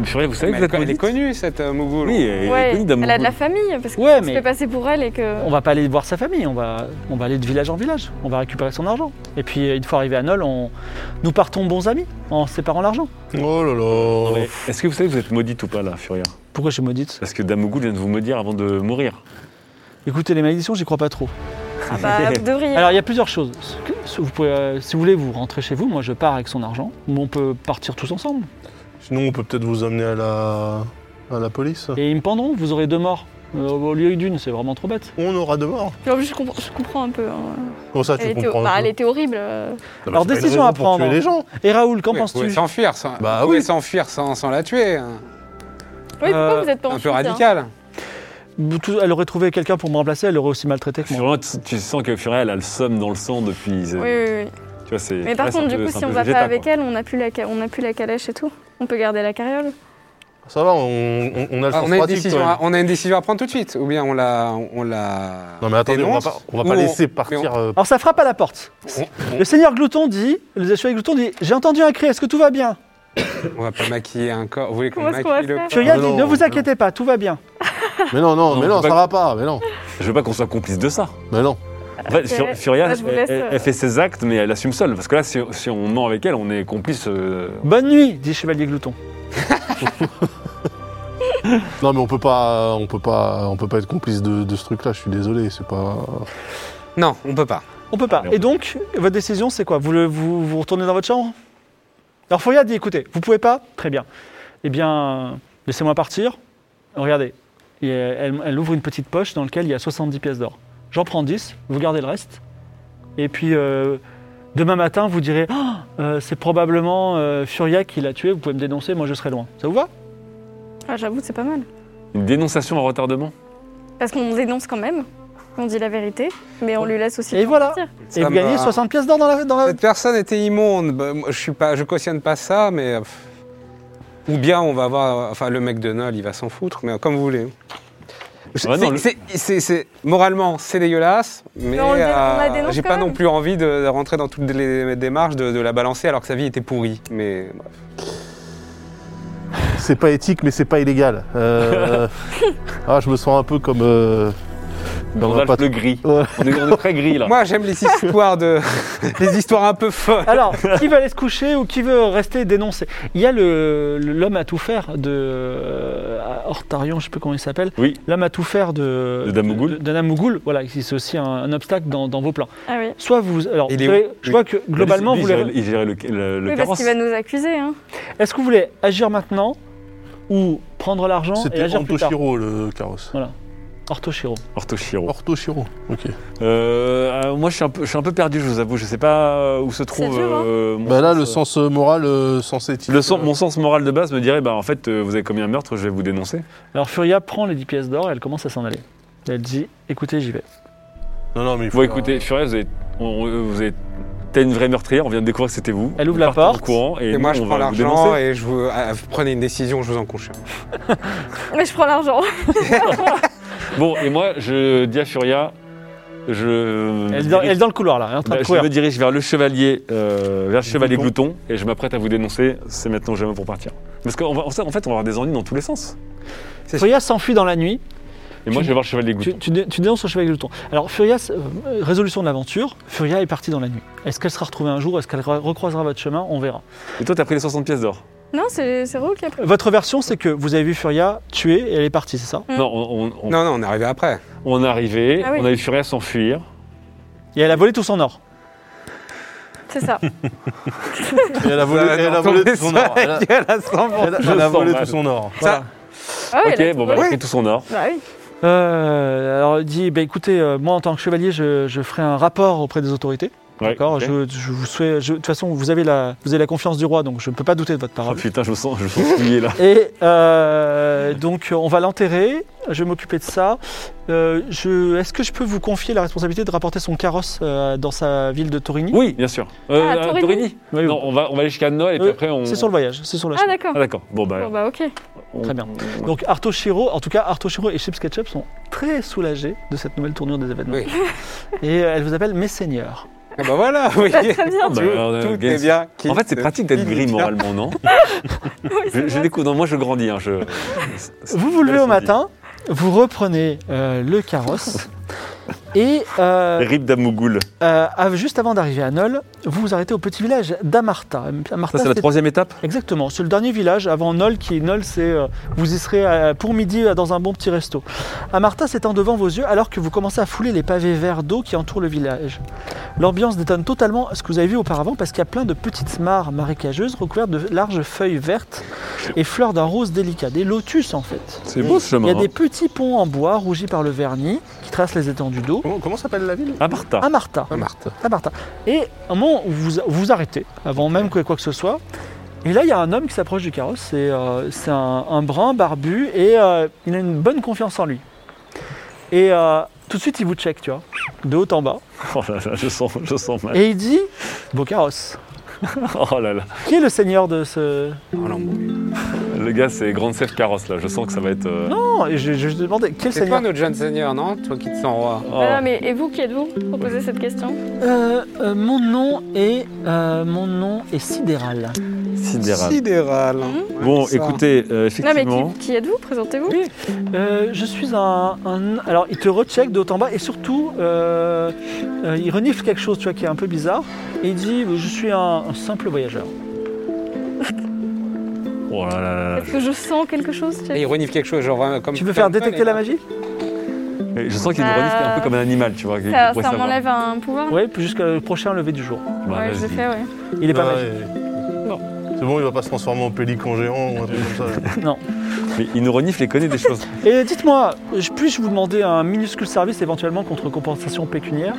S2: Mais Furia, vous savez
S3: Mais
S2: que vous
S3: elle,
S2: êtes
S3: elle est
S2: maudite
S3: connue, cette euh, Mougoul.
S2: Oui, elle
S4: Ouais,
S2: est connue d'amour.
S4: elle a de la famille, parce qu'on
S1: Ouais,
S4: se
S1: mais-
S4: fait passer pour elle et que.
S1: On va pas aller voir sa famille, on va, on va aller de village en village, on va récupérer son argent. Et puis euh, une fois arrivé à Nol, on, nous partons bons amis en séparant l'argent.
S5: Oh là là.
S2: Ouais. Est-ce que vous savez que vous êtes maudite ou pas là, Furia
S1: Pourquoi je suis maudite
S2: Parce que Damougou vient de vous maudire avant de mourir.
S1: Écoutez, les malédictions, j'y crois pas trop.
S4: Ah bah, de rire.
S1: Alors il y a plusieurs choses. Ce que- ce- Vous pouvez, euh, si vous voulez, vous rentrez chez vous, moi je pars avec son argent, mais on peut partir tous ensemble.
S5: Sinon, on peut peut-être vous amener à la... à la police.
S1: Et ils me pendront, vous aurez deux morts euh, au lieu d'une, c'est vraiment trop bête.
S5: On aura de morts.
S4: Puis en plus, je, comprends, je comprends un peu. hein.
S5: Comment ça, tu
S4: Elle, était,
S5: comprends un
S4: bah,
S5: peu
S4: elle était horrible. euh.
S5: Non, mais
S1: Alors,
S5: c'est pas une
S1: décision à
S5: raison pour
S1: prendre.
S5: Tuer les gens.
S1: Et Raoul, qu'en
S3: Oui,
S1: penses-tu
S3: vous pouvez s'enfuir sans,
S5: Bah
S3: vous pouvez
S5: oui.
S3: s'enfuir sans, sans la tuer. hein.
S4: Oui, pourquoi
S1: Euh,
S4: vous êtes pas hein en
S3: Un peu
S4: soutien
S3: radical.
S1: Tout- Elle aurait trouvé quelqu'un pour me remplacer, elle aurait aussi maltraité que moi.
S2: Furia, tu, tu sens que Furia, elle a le somme dans le sang depuis. euh,
S4: Oui, oui, oui.
S2: Tu vois, c'est.
S4: Mais par
S2: Furia,
S4: contre,
S2: c'est
S4: du
S2: un peu-
S4: coup,
S2: c'est un
S4: si on
S2: peu
S4: va pas
S2: végétal,
S4: avec
S2: quoi.
S4: elle, on n'a plus, la ca- on n'a plus la calèche et tout. On peut garder la carriole.
S5: Ça va, on, on, on a le
S3: Ah,
S5: sens
S3: on, a une
S5: pratique.
S3: décision
S5: quand
S3: à,
S5: même.
S3: on a une décision à prendre tout de suite. Ou bien on la. On la
S5: Non, mais attendez, on va
S3: dénonce,
S5: pas, on va
S3: ou
S5: pas laisser
S3: mais
S5: partir. euh,
S1: Alors ça frappe à la porte.
S3: on-
S1: Le seigneur Glouton dit, le chevalier Glouton dit, j'ai entendu un cri, est-ce que tout va bien
S3: On, on va pas maquiller un corps. Vous voulez qu'on
S4: Comment est-ce qu'on va
S3: maquille le
S4: faire
S3: corps
S1: Furia
S5: Ah,
S1: dit,
S5: non,
S1: ne vous
S5: non.
S1: inquiétez pas, tout va bien.
S5: Mais non, non,
S2: Non,
S5: mais
S2: on
S5: non,
S2: peut
S5: ça va pas. Mais non,
S2: Je veux pas qu'on soit complice de ça.
S5: mais non.
S2: En fait, Fur-
S4: Ok.
S2: Furia,
S4: Bah, je vous
S2: elle,
S4: laisse,
S2: elle-
S4: euh.
S2: elle fait ses actes, mais elle assume seule. Parce que là, si, si on ment avec elle, on est complice. euh,
S1: Bonne nuit, dit Chevalier Glouton.
S5: Non, mais on peut pas, on peut pas, on peut pas être complice de, de ce truc-là. Je suis désolé, c'est pas.
S3: Non, on peut pas.
S1: On peut pas.
S2: Allez, on
S1: Et donc, votre décision, c'est quoi vous, le- vous, vous retournez dans votre chambre Alors Foria dit, écoutez, vous pouvez pas Très bien. Eh bien, laissez-moi partir. Regardez, Et elle, elle ouvre une petite poche dans laquelle il y a 70 pièces d'or. J'en prends 10, vous gardez le reste. Et puis, euh, demain matin, vous direz, Ah, euh, c'est probablement euh, Furia qui l'a tué, vous pouvez me dénoncer, moi je serai loin. Ça vous va
S4: Ah, j'avoue, c'est pas mal.
S2: Une dénonciation à retardement
S4: Parce qu'on dénonce quand même. On dit la vérité, mais on lui laisse aussi.
S1: Et voilà.
S4: partir.
S1: Et
S3: Ça
S1: vous gagnez
S3: me va.
S1: 60 pièces d'or dans la... Dans la...
S3: Cette personne était immonde. Bah, moi, je suis pas, je cautionne pas ça, mais. euh, pff. Ou bien on va voir. Enfin, le mec de Nol, il va s'en foutre, mais euh, comme vous voulez. C'est-
S2: Ouais, non, le-
S3: c'est- c'est- c'est- moralement, c'est dégueulasse, mais,
S4: on le dé- on la
S3: euh,
S4: dénonce
S3: j'ai
S4: quand
S3: pas
S4: même.
S3: non plus envie de, de rentrer dans toutes les démarches de, de la balancer alors que sa vie était pourrie. Mais bref.
S5: C'est pas éthique, mais c'est pas illégal. Euh, ah, je me sens un peu comme. euh,
S2: Dans
S5: on va pas
S2: le gris.
S5: Ouais.
S2: On est, on est très gris là.
S3: moi j'aime les histoires de, les histoires un peu folles.
S1: Alors, qui veut aller se coucher ou qui veut rester dénoncé Il y a le- le- l'homme à tout faire de euh, Hortarion, je sais plus comment il s'appelle.
S2: Oui.
S1: L'homme à tout faire de
S2: De Damougoul.
S1: de- de Damougoul, voilà, qui c'est aussi un, un obstacle dans, dans vos plans.
S4: Ah oui.
S1: Soit vous, alors,
S3: Il est
S1: vous avez-
S3: où
S1: je vois que globalement,
S2: Lui,
S1: vous
S2: il
S1: voulez-
S2: gérait- il gérait le, le- le
S4: Oui, parce
S2: carrosse.
S4: qu'il va nous accuser. Hein.
S1: est-ce que vous voulez agir maintenant ou prendre l'argent et
S5: C'était
S1: agir plus tard
S5: Ortoshiro le carrosse.
S1: Orthoshiro.
S2: Orthochiro.
S5: Ortoshiro. Ok.
S2: Euh, euh, moi, je suis, un peu, je suis un peu perdu, je vous avoue. Je sais pas euh, où se trouve.
S4: dur, hein.
S2: euh, mon
S5: Bah là,
S2: sens,
S5: le
S2: euh,
S5: sens euh, moral, euh, sens éthique.
S2: Le sens- mon sens moral de base me dirait, bah en fait, euh, vous avez commis un meurtre, je vais vous dénoncer.
S1: Alors Furia prend les 10 pièces d'or et elle commence à s'en aller. Elle dit, écoutez, j'y vais.
S5: Non, non, mais il faut.
S2: Bon, écoutez, Furia, vous êtes, on- euh, vous êtes, t'es une vraie meurtrière. On vient de découvrir que c'était vous.
S1: Elle ouvre
S2: Vous
S1: la
S2: partez
S1: porte.
S2: En courant, et,
S3: Et moi
S2: nous,
S3: je
S2: on
S3: prends
S2: va vous
S3: l'argent
S2: dénoncer.
S3: et je vous, ah, vous prenez une décision, je vous en confirme.
S4: Mais je prends l'argent.
S2: Bon, et moi, je dis à Furia, je.
S1: Elle est dans, elle est dans le couloir là, elle est en train
S2: Mmh. Bah,
S1: de
S2: je
S1: courir.
S2: me dirige vers le chevalier, euh, vers le chevalier
S5: Glouton.
S2: Glouton, et je m'apprête à vous dénoncer. C'est maintenant ou jamais pour partir. Parce qu'en en fait, on va avoir des ennuis dans tous les sens.
S1: Furia s'enfuit dans la nuit.
S2: Et moi,
S1: Tu-
S2: je vais voir le chevalier
S1: Tu,
S2: Glouton.
S1: tu, dé- tu dénonces au chevalier Glouton. Alors, Furia, c'est- euh, résolution de l'aventure, Furia est partie dans la nuit. Est-ce qu'elle sera retrouvée un jour Est-ce qu'elle re- recroisera votre chemin On verra.
S2: Et toi, t'as pris les 60 pièces d'or.
S4: Non, c'est c'est Raoul qui a pris.
S1: Votre version, c'est que vous avez vu Furia tuer et elle est partie, c'est ça
S4: Mm.
S2: Non, on, on- on-
S3: Non, non, on est arrivé après.
S2: on est arrivé,
S4: Ah oui.
S2: on a eu Furia s'enfuir.
S1: Et elle a volé tout son or.
S4: C'est ça.
S5: Et elle a volé,
S3: Ça va
S5: elle a
S3: dans
S5: volé
S3: ton
S5: tout son
S3: dessin
S5: or. Elle a,
S3: et elle a 100 bon.
S5: elle a-
S2: Je
S5: elle a
S2: sens
S5: volé
S2: mal.
S5: tout son or.
S3: Ça,
S4: Ah oui, elle a
S2: Ok,
S4: tout
S2: bon, bah, elle
S4: volé.
S2: a pris tout son or.
S4: Bah oui.
S1: Euh, alors, il dit, bah, écoutez, euh, moi, en tant que chevalier, je, je ferai un rapport auprès des autorités.
S2: Ouais,
S1: D'accord
S2: ok.
S1: je, je vous souhaite. je- De toute façon, vous avez, la, vous avez la confiance du roi, donc je ne peux pas douter de votre
S2: Oh
S1: parole.
S2: putain, je me sens, je me sens fouillé là.
S1: Et euh, donc, on va l'enterrer. Je vais m'occuper de ça. Euh, je- Est-ce que je peux vous confier la responsabilité de rapporter son carrosse euh, dans sa ville de Torigny
S2: Oui, bien sûr. Euh,
S4: Ah, Torigny.
S2: Torigny
S1: Oui,
S2: Non, on va, on va aller jusqu'à Noël et puis
S1: Euh,
S2: après on.
S1: C'est sur le voyage. C'est sur la.
S4: Ah d'accord.
S2: Ah d'accord. Bon bah.
S4: Bon bah ok.
S2: on-
S1: Très bien. Donc Arto Shiro, en tout cas Arto Shiro et Chips Ketchup sont très soulagés de cette nouvelle tournure des événements.
S3: Oui.
S1: Et euh, elle vous appelle mes seigneurs.
S3: ah bah voilà, vous voyez.
S4: Très bien.
S2: Bah, euh,
S3: Tout
S2: Gaze.
S3: est bien.
S2: En fait, c'est pratique d'être gris moralement, non
S4: Oui, c'est
S2: je, je
S4: vrai.
S2: découvre. Non, moi, je grandis. hein, je...
S1: Vous vous levez au
S2: Merci.
S1: matin, vous reprenez euh, le carrosse et euh,
S2: Rip d'Amougoul.
S1: euh, av- juste avant d'arriver à Nol, vous vous arrêtez au petit village d'Amarta. Amarta,
S2: Ça, c'est la
S1: c'est-
S2: troisième étape
S1: Exactement, c'est le dernier village avant Nol qui Nol c'est euh, vous y serez euh, pour midi euh, dans un bon petit resto. Amarta s'étend devant vos yeux alors que vous commencez à fouler les pavés verts d'eau qui entourent le village. L'ambiance détonne totalement ce que vous avez vu auparavant parce qu'il y a plein de petites mares marécageuses recouvertes de larges feuilles vertes et fleurs d'un rose délicat, des lotus en fait.
S2: C'est beau ce chemin.
S1: Il y a
S2: hein.
S1: des petits ponts en bois rougis par le vernis qui tracent les étendues d'eau.
S5: Comment, comment s'appelle la ville
S2: Ah, Martha.
S1: Amarta.
S5: Ah, Marthe.
S1: Ah, Martha. Et à un moment, vous vous vous arrêtez, avant même que quoi que ce soit. Et là, il y a un homme qui s'approche du carrosse. C'est euh, c'est un, un brun barbu et euh, il a une bonne confiance en lui. Et euh, tout de suite, il vous check, tu vois, de haut en bas.
S2: Oh là là, je sens, je sens mal.
S1: Et il dit Beau carrosse.
S2: Oh là là.
S1: Qui est le seigneur de ce.
S2: Le gars, c'est Grande Sève Carrosse là. Je sens que ça va être. euh,
S1: Non, et je, je te demandais quel
S3: C'est toi
S1: seigneur
S3: notre jeune seigneur, non Toi qui te sens roi.
S2: oh.
S4: Ah, mais et vous qui êtes-vous pour poser cette question
S1: Euh, euh, Mon nom est. euh, mon nom est Sidéral.
S2: Sidéral.
S3: Sidéral.
S2: Bon,
S3: C'est ça.
S2: écoutez, euh,
S4: Non mais
S2: effectivement.
S4: qui, qui êtes-vous Présentez-vous.
S1: Oui. Euh, je suis un, un- Alors, il te recheck de haut en bas et surtout, euh, euh, il renifle quelque chose, tu vois, qui est un peu bizarre. Et il dit Je suis un, un simple voyageur.
S2: Oh là là là là.
S4: Est-ce que je sens quelque chose tu sais
S3: Et il renifle quelque chose, genre euh, comme.
S1: Tu veux faire
S3: comme
S1: détecter
S3: Paul,
S1: la
S3: hein.
S1: magie
S2: Et Je sens qu'il nous
S4: Euh,
S2: renifle un peu comme un animal, tu vois. qu'il
S4: Ça,
S2: pourrait
S4: ça
S2: savoir.
S4: m'enlève un pouvoir.
S1: Oui, puis jusqu'à le prochain lever du jour.
S2: Bah,
S4: ouais, je l'ai
S2: vas-y.
S4: fait, ouais.
S1: Il est pas magique.
S5: C'est bon, il va pas se transformer en pélican géant ou un truc comme ça.
S2: Mais il nous renifle et connaît des choses.
S1: Et dites-moi, je- puis-je vous demander un minuscule service éventuellement contre compensation pécuniaire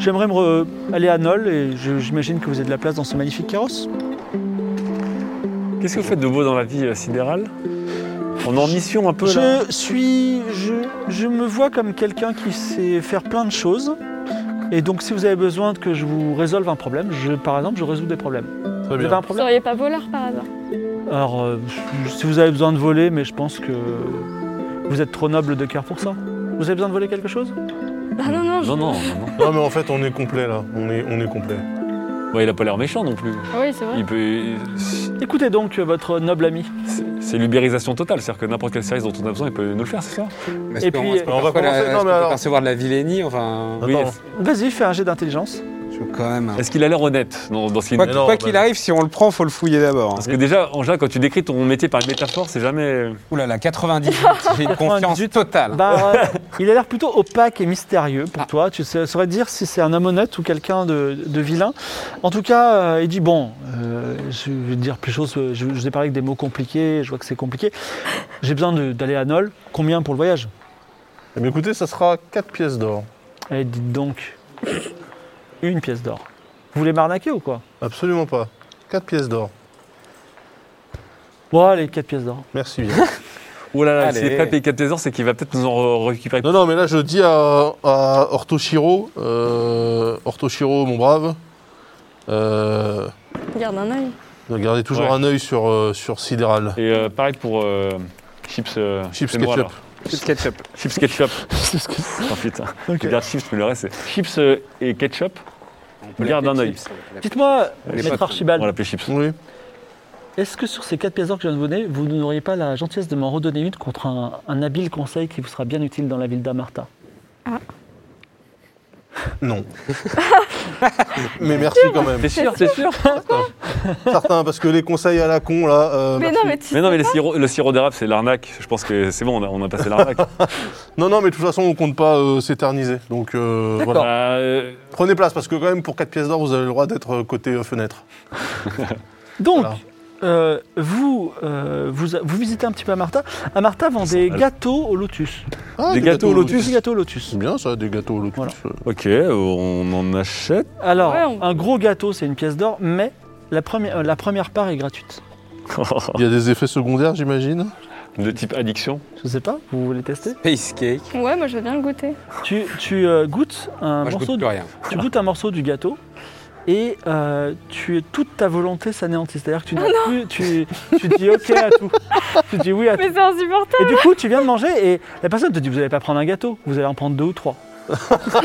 S1: J'aimerais me re- aller à Nol et je- j'imagine que vous avez de la place dans ce magnifique carrosse.
S2: Qu'est-ce que vous faites de beau dans la vie euh, sidérale On est en mission un peu là
S1: Je suis. Je, je me vois comme quelqu'un qui sait faire plein de choses. Et donc, si vous avez besoin que je vous résolve un problème, je, par exemple, je résous des problèmes.
S5: Très
S1: Vous avez
S5: bien.
S1: un
S4: Vous
S1: problème
S4: seriez pas voleur par hasard
S1: Alors, euh, si vous avez besoin de voler, mais je pense que vous êtes trop noble de cœur pour ça. Vous avez besoin de voler quelque chose
S4: Ah non non. je-
S2: Non, non, non. non.
S5: Non, mais en fait, on est complet là. On est, on est complet.
S2: Ouais, il a pas l'air méchant non plus.
S4: Ah Oui c'est vrai.
S2: Il peut.
S1: Écoutez donc euh, votre noble ami.
S2: c'est- C'est l'ubérisation totale, c'est-à-dire que n'importe quel service dont on a besoin, il peut nous le faire, c'est ça
S3: Est-ce
S1: Et
S3: qu'on-
S1: puis,
S3: est-ce qu'on
S5: on va
S3: perçoit la-
S5: commencer-
S3: est-ce
S5: non,
S3: qu'on
S5: mais
S3: peut
S5: alors-
S3: percevoir de la vilainie, enfin.
S5: Attends.
S1: Vas-y, fais un jet d'intelligence.
S3: Je suis quand même.
S2: Hein Est-ce qu'il a l'air honnête dans, dans ce qu'il
S3: Quoi
S2: nous
S5: Mais
S2: dit
S5: non,
S3: quoi
S5: bah
S3: qu'il
S5: non.
S3: arrive, si on le prend, faut le fouiller d'abord.
S2: Parce que déjà, en général, quand tu décris ton métier par une métaphore, c'est jamais.
S3: Ouh là là, 98, j'ai une confiance
S1: 98.
S3: totale.
S1: Bah, euh, il a l'air plutôt opaque et mystérieux
S3: Ah.
S1: pour toi. Tu sais- saurais dire si c'est un homme honnête ou quelqu'un de, de vilain. En tout cas, euh, il dit bon, euh, je vais te dire plus chose. euh, Je, je vous ai parlé avec des mots compliqués. Je vois que c'est compliqué. J'ai besoin de- d'aller à Nol. Combien pour le voyage
S5: Eh bien, écoutez, ça sera 4 pièces d'or.
S1: Eh, dites donc une pièce d'or. Vous voulez m'arnaquer ou quoi
S5: Absolument pas. 4 pièces d'or.
S1: Bon, allez, quatre pièces d'or.
S5: Merci bien.
S2: Oh là là,
S3: Allez.
S2: s'il est prêt à payer 4 heures, c'est qu'il va peut-être nous en re- récupérer.
S5: non, non, mais là, je dis à, à Orthoshiro, euh, Orthoshiro, mon brave, euh,
S4: Garde un œil.
S5: de garder toujours
S2: Ouais.
S5: un œil sur, euh, sur Sidéral.
S2: Et euh, pareil pour euh, Chips. euh,
S5: Chips
S2: c'est moi,
S5: ketchup.
S2: alors.
S3: Petit ketchup.
S2: Chips ketchup. Oh putain. Je garde chips, mais le reste c'est chips euh, et ketchup. Garde un œil.
S1: Dites-moi,
S3: Elle est
S1: maître
S3: pas-
S2: On
S1: Archibald,
S2: l'appelait chips.
S5: Oui.
S1: est-ce que sur ces quatre pièces d'or que je viens de vous donner, vous n'auriez pas la gentillesse de m'en redonner une contre un, un habile conseil qui vous sera bien utile dans la ville d'Amarta
S5: Non. Mais merci quand même.
S2: T'es sûr, t'es sûr
S5: Certains, parce que les conseils à la con, là. euh,
S4: Mais
S5: merci.
S4: non, mais tu.
S2: Mais non, mais le sirop, le sirop d'érable, c'est l'arnaque. Je pense que c'est bon, on a, on a passé l'arnaque.
S5: non, non, mais de toute façon, on compte pas euh, s'éterniser. Donc euh,
S1: D'accord.
S5: voilà.
S2: Bah, euh,
S5: Prenez place, parce que quand même, pour 4 pièces d'or, vous avez le droit d'être euh, côté euh, fenêtre.
S1: Donc,
S5: Voilà.
S1: euh, vous, euh, vous, vous visitez un petit peu Amartha. Amartha vend des
S2: mal.
S1: gâteaux au lotus.
S5: Ah,
S2: Des gâteaux au lotus.
S1: Des gâteaux au lotus.
S5: C'est bien ça, des gâteaux au lotus.
S1: Voilà.
S5: Euh,
S2: ok, on en achète.
S1: Alors,
S4: Ouais, on-
S1: un gros gâteau, c'est une pièce d'or, mais la première, euh, la première part est gratuite.
S5: Il y a des effets secondaires, j'imagine.
S2: de type addiction.
S1: Je sais pas, vous voulez tester
S3: Space cake.
S4: Ouais, moi je veux bien le goûter.
S1: Tu, tu, euh, goûtes un
S3: Moi, je
S1: morceau
S3: goûte
S1: du-
S3: plus rien.
S1: tu goûtes un morceau du gâteau et euh, tu, toute ta volonté s'anéantit. C'est-à-dire
S4: Ah
S1: que tu n'as plus, tu, tu dis ok à tout. tu dis oui à tout.
S4: Mais c'est insupportable.
S1: Et du coup, tu viens de manger et la personne te dit vous allez pas prendre un gâteau, vous allez en prendre deux ou trois.
S4: Bah,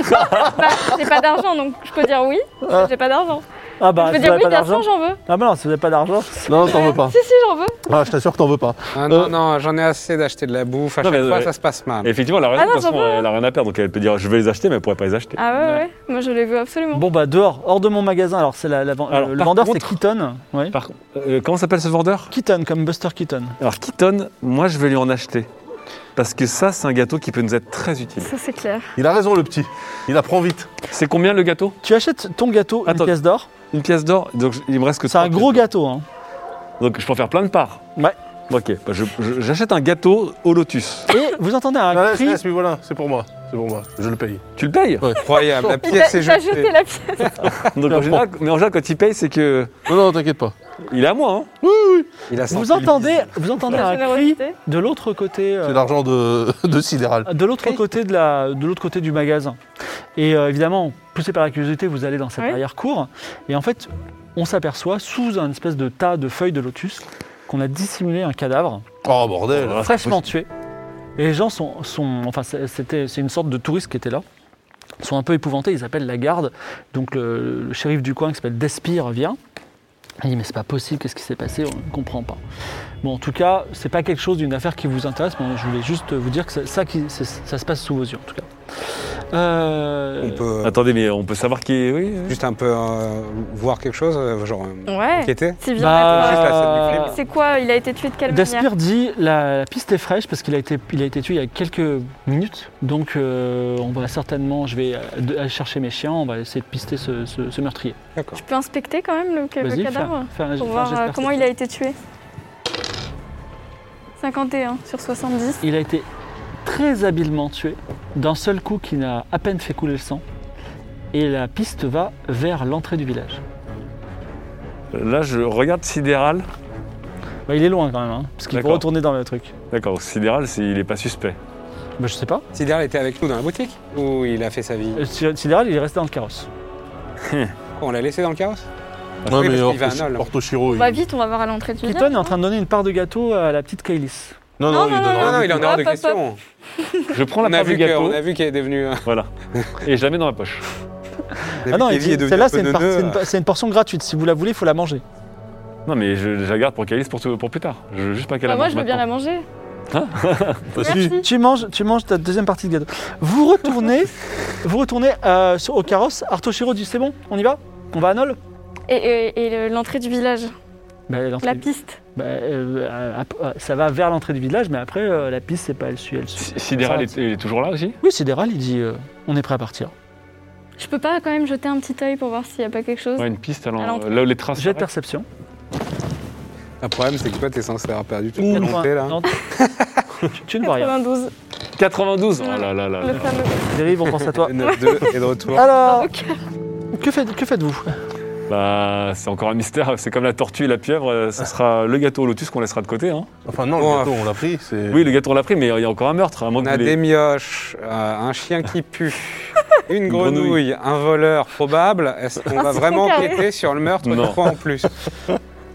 S4: j'ai pas d'argent, donc je peux dire oui. parce que J'ai pas d'argent.
S1: Ah bah,
S4: je peux
S1: si
S4: dire
S1: vous avez
S4: oui,
S1: pas
S4: bien
S1: d'argent.
S4: sûr, j'en veux.
S1: Ah bah non, si vous n'avez pas d'argent.
S5: Non, t'en veux pas.
S4: Si, si, j'en veux.
S5: Ah, je t'assure que t'en veux pas.
S3: Ah, non, non, j'en ai assez d'acheter de la bouffe. À
S2: Non,
S3: chaque
S2: mais,
S3: fois,
S2: euh,
S3: ça se passe mal.
S2: Et effectivement, elle a, raison,
S4: Ah non,
S2: de toute
S4: ça
S2: façon,
S4: va.
S2: elle a rien à perdre. Donc elle peut dire je vais les acheter, mais elle pourrait pas les acheter.
S4: Ah ouais, ouais, ouais. Moi je les veux absolument.
S1: Bon bah dehors, hors de mon magasin. Alors c'est la, la-
S2: Alors,
S1: le
S2: par
S1: vendeur c'est
S2: contre-
S1: Keaton. Ouais.
S2: Par contre, euh, comment s'appelle ce vendeur
S1: Keaton comme Buster Keaton.
S2: Alors Keaton, moi je vais lui en acheter. Parce que ça, c'est un gâteau qui peut nous être très utile.
S4: Ça c'est clair.
S5: Il a raison, le petit. Il apprend vite.
S2: C'est combien le gâteau
S1: Tu achètes ton gâteau
S2: Attends.
S1: une pièce d'or.
S2: Une pièce d'or Donc je- il me reste que
S1: C'est un
S2: trois
S1: gros
S2: pièces
S1: gâteau. Hein.
S2: d'or. Donc je peux en faire plein de parts.
S1: Ouais.
S2: Ok, bah, je- je- j'achète un gâteau au lotus.
S1: Et vous entendez
S5: Ah,
S1: un
S5: laisse,
S1: cri.
S5: laisse, mais voilà, c'est pour moi. C'est pour moi. Je le paye.
S2: Tu le payes
S3: Incroyable, la
S4: Il t'a
S3: pièce est
S4: il t'a jeté
S3: jetée.
S4: la pièce.
S2: Donc, en général, Mais en général, quand il paye, c'est que.
S5: Non, non, t'inquiète pas.
S2: Il est à moi, hein
S3: Il a senti
S1: Vous entendez, vous entendez
S4: La
S1: un cri
S4: générosité.
S1: de l'autre côté. euh,
S5: C'est l'argent de, de Sidéral.
S1: de l'autre côté de la, de l'autre côté du magasin. Et euh, évidemment, poussé par la curiosité, vous allez dans cette
S4: Oui.
S1: arrière-cour. Et en fait, on s'aperçoit sous un espèce de tas de feuilles de lotus qu'on a dissimulé un cadavre
S5: Oh, bordel.
S2: Ah, c'est
S1: fraîchement tué. Et les gens sont, sont enfin, c'est- c'était, c'est une sorte de touriste qui était là. Ils sont un peu épouvantés, ils appellent la garde. Donc le, le shérif du coin qui s'appelle Despire vient. Il dit mais c'est pas possible, qu'est-ce qui s'est passé On ne comprend pas. Bon en tout cas, c'est pas quelque chose d'une affaire qui vous intéresse, mais je voulais juste vous dire que c'est ça qui c'est- ça se passe sous vos yeux en tout cas. Euh,
S3: On peut euh,
S2: Attendez, mais on peut savoir qui est. Oui. euh,
S3: juste un peu euh, voir quelque chose, euh, genre euh,
S4: Ouais.
S3: enquêter.
S4: C'est bien.
S1: Bah,
S4: mais toi,
S3: la
S4: c'est- C'est quoi Il a été tué de quelle manière
S1: Despire dit la, la piste est fraîche parce qu'il a été il a été tué il y a quelques minutes donc euh, on va certainement je vais euh, de- aller chercher mes chiens on va essayer de pister ce, ce- ce meurtrier.
S3: D'accord.
S4: Je peux inspecter quand même le, le
S1: Vas-y fais
S4: cadavre
S1: un- fais un- fais
S4: pour
S1: un
S4: voir
S1: jet de
S4: euh, comment il a
S1: perception.
S4: été tué. 51 sur 70.
S1: Il a été très habilement tué d'un seul coup qui n'a à peine fait couler le sang et la piste va vers l'entrée du village.
S2: Là, je regarde Sidéral.
S1: Bah, il est loin quand même hein, parce qu'il faut
S2: D'accord.
S1: retourner dans le truc.
S2: D'accord, Sidéral, c'est- il est pas suspect.
S1: Bah, je sais pas.
S3: Sidéral était avec nous dans la boutique ou il a fait sa vie
S1: Euh, Sidéral il est resté dans le carrosse.
S3: On l'a laissé dans le chaos
S5: Ouais,
S3: Oui,
S5: mais
S3: parce qu'il va à
S5: Orto-
S3: Nol.
S5: Ortoshiro,
S4: On
S5: il...
S4: va Bah, vite, on va voir à l'entrée du
S1: Keaton
S4: village.
S1: est en train de donner une part de gâteau à la petite Kailis.
S5: Non, non,
S4: Non,
S5: il
S4: non,
S5: donnera
S3: Non, non, il en est hors de
S4: Hop, hop, hop.
S3: question.
S2: Je prends la
S3: On a
S2: part du
S3: vu que-
S2: gâteau.
S3: on a vu qu'il est devenu. euh,
S2: Voilà. Et je la mets dans ma poche.
S3: on a
S1: Ah
S3: vu
S1: non,
S3: qu'Evie
S1: il dit,
S3: est devenue
S1: celle-là
S3: un peu
S1: c'est une, par-
S3: neuneu,
S1: c'est une
S3: euh.
S1: par- c'est une portion gratuite. Si vous la voulez, il faut la manger.
S2: Non, mais je, je la garde pour Calice pour, tout- pour plus tard. Je veux juste pas qu'elle
S4: Bah,
S2: la
S4: moi
S2: mange
S4: je veux bien la
S2: maintenant.
S4: manger.
S5: Bah, si.
S4: Merci.
S1: Tu manges, tu manges ta deuxième partie de gâteau. Vous retournez, vous retournez euh, sur- au carrosse. Artoshiro dit c'est bon, on y va On va à Nol
S4: Et, et- et le- l'entrée du village,
S1: Bah, l'entrée
S4: la
S1: du-
S4: piste.
S1: bah, euh, euh, ap- euh, Ça va vers l'entrée du village, mais après, euh, la piste, c'est pas elle suit. Elle suit.
S2: Si- Sidéral est, il est toujours là aussi
S1: Oui, Sidéral, il dit euh, on est prêt à partir.
S4: Je peux pas quand même jeter un petit œil pour voir s'il y a pas quelque chose
S2: Ouais, une piste. Alors,
S4: À l'entrée.
S2: là où les
S3: Ah,
S2: traces.
S1: Jet de
S2: s'arrêtent.
S1: perception.
S3: Le problème, c'est que toi, t'es censé avoir perdu toute la volonté là.
S1: Non, tu- tu ne vois rien.
S4: 92,
S2: 92 Oh là là là
S4: le
S2: là.
S4: fameux.
S1: Dérive, on pense à toi.
S3: Le 9-2 est de retour.
S1: Alors,
S4: Ok.
S1: que, faites, que faites-vous
S2: Bah, c'est encore un mystère. C'est comme la tortue et la pieuvre. euh, Ce sera le gâteau au lotus qu'on laissera de côté. hein.
S5: Enfin, non,
S3: Bon,
S5: le gâteau, on l'a pris. C'est...
S2: Oui, le gâteau on l'a pris, mais il y a encore un meurtre. À moins
S3: On
S2: que
S3: a
S2: vous
S3: des
S2: l'ayez-
S3: mioches, euh, un chien qui pue, une
S2: grenouille.
S3: grenouille, un voleur probable. Est-ce qu'on va
S4: Ah, c'est
S3: vraiment
S4: carré.
S3: enquêter sur le meurtre
S2: Non.
S3: une fois en plus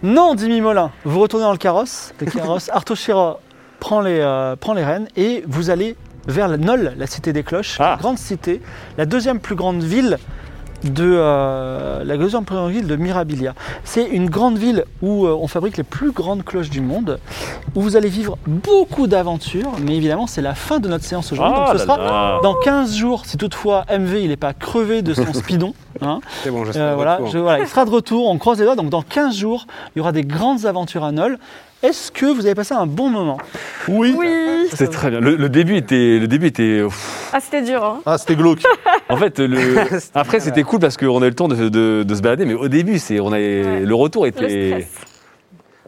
S1: Non, dit Mimolin, vous retournez dans le carrosse. Le carrosse, Artoshiro prend les, euh, prend les rênes et vous allez vers la Nol, la cité des cloches,
S2: Ah.
S1: la grande cité, la deuxième plus grande ville de euh, la deuxième première ville de Mirabilia. C'est une grande ville où euh, on fabrique les plus grandes cloches du monde, où vous allez vivre beaucoup d'aventures, mais évidemment c'est la fin de notre séance aujourd'hui,
S2: Ah
S1: donc ce
S2: là
S1: sera
S2: là.
S1: dans 15 jours, si toutefois MV il n'est pas crevé de son speedon. hein.
S3: C'est bon, je
S1: Euh, voilà, je-
S3: suis
S1: voilà, il sera de retour, on croise les doigts, donc dans 15 jours, il y aura des grandes aventures à Nol. Est-ce que vous avez passé un bon moment
S5: Oui.
S4: Oui.
S2: C'était très bien. Le, le début était. Le début était pff.
S4: Ah, c'était dur. hein.
S5: Ah, c'était glauque.
S2: en fait, le,
S3: C'était
S2: après, c'était cool parce qu'on a eu le temps de, de- de se balader, mais au début, c'est, on avait,
S4: Ouais.
S2: le retour
S4: Le
S2: était.
S4: stress.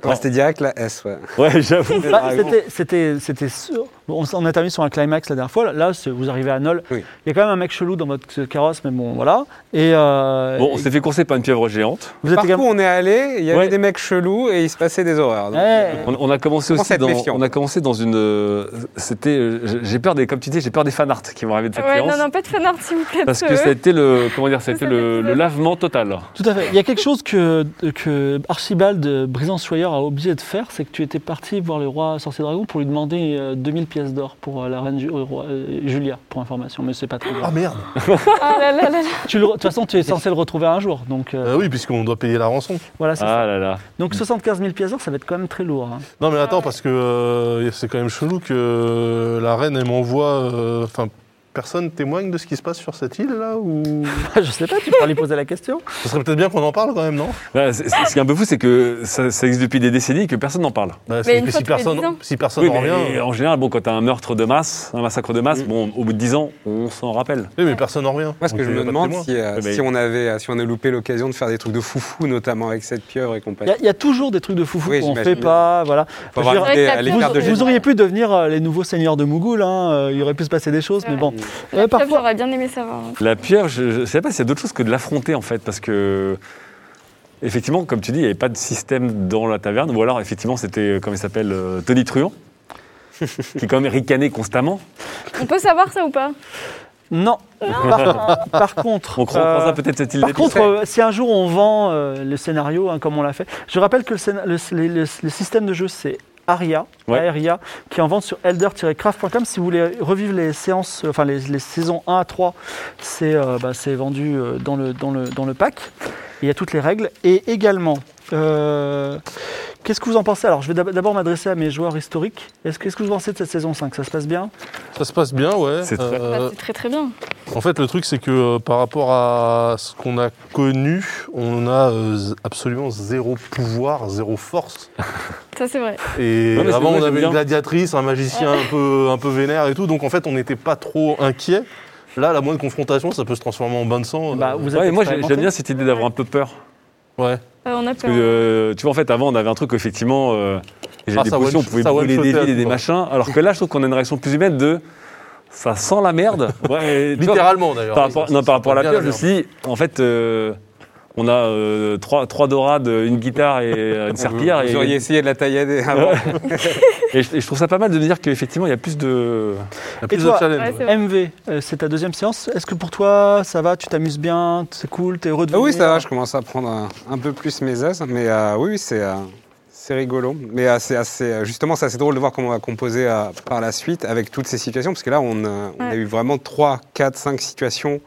S3: Ouais, c'était direct la S, ouais.
S2: Ouais, j'avoue.
S1: Bah,
S3: Ah,
S1: c'était- C'était c'était sûr. Bon, on s- on a terminé sur un climax la dernière fois. Là, c'est- vous arrivez à Nol.
S3: Oui.
S1: Il y a quand même un mec chelou dans votre carrosse, mais bon, voilà. Et euh,
S2: Bon, on s'est fait courser par une pieuvre géante.
S1: vous êtes
S3: Partout où
S1: également.
S3: on est allé, il y avait
S2: Ouais.
S3: des mecs chelous et il se passait des horreurs. donc,
S1: Ouais.
S2: On, on a commencé
S3: Commence à
S2: aussi
S3: être
S2: dans,
S3: méfiant.
S2: on a commencé dans une. euh, C'était. euh, j'ai- J'ai peur des. Comme tu dis, j'ai peur des fanarts qui vont arriver de cette
S4: Ouais,
S2: séance.
S4: non, non, pas de fanart, s'il vous plaît.
S2: Parce que
S4: parce que-
S2: c'était le. Comment dire C'était
S4: Ça
S2: le,
S4: fait
S2: le
S4: peur.
S2: lavement total.
S1: Tout à fait. Il y a quelque chose que, que Archibald euh, Brisant-Soyeur a obligé de faire, c'est que tu étais parti voir le roi sorcier dragon pour lui demander euh, 2000 pièces d'or pour euh, la reine Ju- euh, roi- euh, Julia, pour information, mais c'est pas très
S5: Ah
S1: grave.
S5: merde.
S4: Ah là là là là.
S1: Tu le re- De toute façon, tu es censé le retrouver un jour, donc euh,
S5: Euh, oui, puisqu'on doit payer la rançon.
S1: voilà, c'est
S2: Ah là là.
S1: ça. Donc 75 000 pièces d'or, ça va être quand même très lourd. hein.
S5: Non, mais
S4: Ah
S5: attends, parce que euh, c'est quand même chelou que euh, la reine, elle m'envoie. euh, Enfin, personne témoigne de ce qui se passe sur cette île, là ou...
S1: Bah, Je sais pas, tu pourras lui poser la question.
S5: Ce serait peut-être bien qu'on en parle quand même, non
S2: Là, c'est- c'est- ce qui est un peu fou, c'est que ça, ça existe depuis des décennies et que personne n'en parle.
S5: Bah, c'est
S4: une
S5: que
S4: fois
S5: si
S4: tous les dix
S5: personne,
S4: ans.
S5: si personne en revient.
S2: mais en général, bon, quand t'as un meurtre de masse, un massacre de masse, bon, au bout de 10 ans, on s'en rappelle.
S5: Oui, mais personne en revient.
S3: Moi, ce que
S5: Donc,
S3: je
S5: il
S3: me
S5: y a pas de
S3: demande,
S5: témoin.
S3: si, euh,
S2: Ouais, mais-
S3: si on avait, si on a loupé l'occasion de faire des trucs de foufou, notamment avec cette pieuvre et
S1: Il y
S3: compagnie.
S1: a- il y, a toujours des trucs de foufou
S3: Oui,
S1: qu'on
S3: j'imagine.
S1: fait pas, voilà. Je
S3: Faut
S1: veux
S3: avoir
S1: dire,
S3: des-
S4: Avec la
S3: à
S1: vous,
S3: l'écart de
S1: vous
S3: génie.
S1: auriez pu devenir euh, les nouveaux seigneurs de Mougoul, hein, euh, il aurait pu se passer des choses,
S4: Ouais.
S1: mais bon. Euh,
S4: La pieuvre,
S1: parfois,
S4: J'aurais bien aimé savoir.
S2: La pieuvre, je, je sais pas s'il y a d'autres choses que de l'affronter en fait, parce que effectivement, comme tu dis, il n'y avait pas de système dans la taverne, ou alors effectivement c'était, euh, comment il s'appelle, euh, Tony Truant, qui quand même ricanait constamment.
S4: On peut savoir ça ou pas
S1: non. Par, par contre,
S2: On croit
S1: euh,
S2: croisera peut-être cette île
S1: par
S2: des
S1: contre,
S2: Biscuits.
S1: euh, si un jour on vend euh, le scénario, hein, comme on l'a fait, je rappelle que le, scén- le- le- le- le système de jeu c'est Aria,
S2: Ouais.
S1: Aria, qui est en vente sur elder-craft.com. Si vous voulez revivre les séances, euh, enfin les, les saisons 1 à 3, c'est euh, bah, c'est vendu euh, dans, le, dans, le, dans le pack. Il y a toutes les règles. Et également, euh, qu'est-ce que vous en pensez Alors, je vais d'ab- d'abord m'adresser à mes joueurs historiques. Est-ce que, qu'est-ce que vous pensez de cette saison 5 Ça se passe bien
S5: Ça se passe bien, ouais.
S2: C'est très-
S5: Euh,
S4: Bah, C'est très très bien.
S5: En fait, le truc, c'est que euh, par rapport à ce qu'on a connu, on a euh, z- absolument zéro pouvoir, zéro force.
S4: Ça, c'est vrai.
S5: Et
S2: Ouais, mais c'est vrai,
S5: avant, on
S2: j'aime
S5: avait
S2: bien.
S5: une gladiatrice, un magicien un peu, un peu vénère et tout. Donc, en fait, on n'était pas trop inquiet. Là, la moindre confrontation, ça peut se transformer en bain de sang. euh,
S1: Bah, vous êtes
S2: Ouais, moi j'ai-
S1: expérimenté.
S2: j'aime bien cette idée d'avoir un peu peur.
S5: Ouais.
S4: Euh, on a
S2: Parce
S4: peur.
S2: que, euh, tu vois, en fait, avant on avait un truc où, effectivement, euh, les jets
S5: Ah,
S2: des
S5: ça
S2: potions,
S5: one-
S2: on pouvait
S5: ça
S2: brûler des
S5: one-shotait à
S2: villes et
S5: tout
S2: des
S5: moment.
S2: machins, alors que là je trouve qu'on a une réaction plus humaine de ça sent la merde. Ouais, et tu vois,
S5: Littéralement, d'ailleurs.
S2: Par rapport,
S5: Ça-
S2: non,
S5: ça
S2: par rapport à la
S5: sent bien
S2: pieuvre, je me suis dit, en fait, euh, on a euh, trois, trois dorades, une guitare et euh, une serpillière.
S3: Vous,
S2: et,
S3: auriez essayé de la taillader avant.
S2: et je, et je trouve ça pas mal de me dire qu'effectivement, il y a plus de.
S5: Il y a plus
S1: Et
S5: de
S1: toi
S5: challenge,
S4: Ouais,
S5: ouais.
S4: c'est vrai.
S1: MV, euh, c'est ta deuxième séance. Est-ce que pour toi, ça va Tu t'amuses bien C'est cool T'es heureux de
S3: Ah oui,
S1: venir
S3: ça va, je commence à prendre un, un peu plus mes as, mais euh, oui, oui, c'est euh, c'est rigolo. Mais euh, c'est assez, euh, justement, c'est assez drôle de voir comment on va composer euh, par la suite avec toutes ces situations, parce que là, on, euh, on a
S4: Ouais.
S3: eu vraiment 3, 4, 5 situations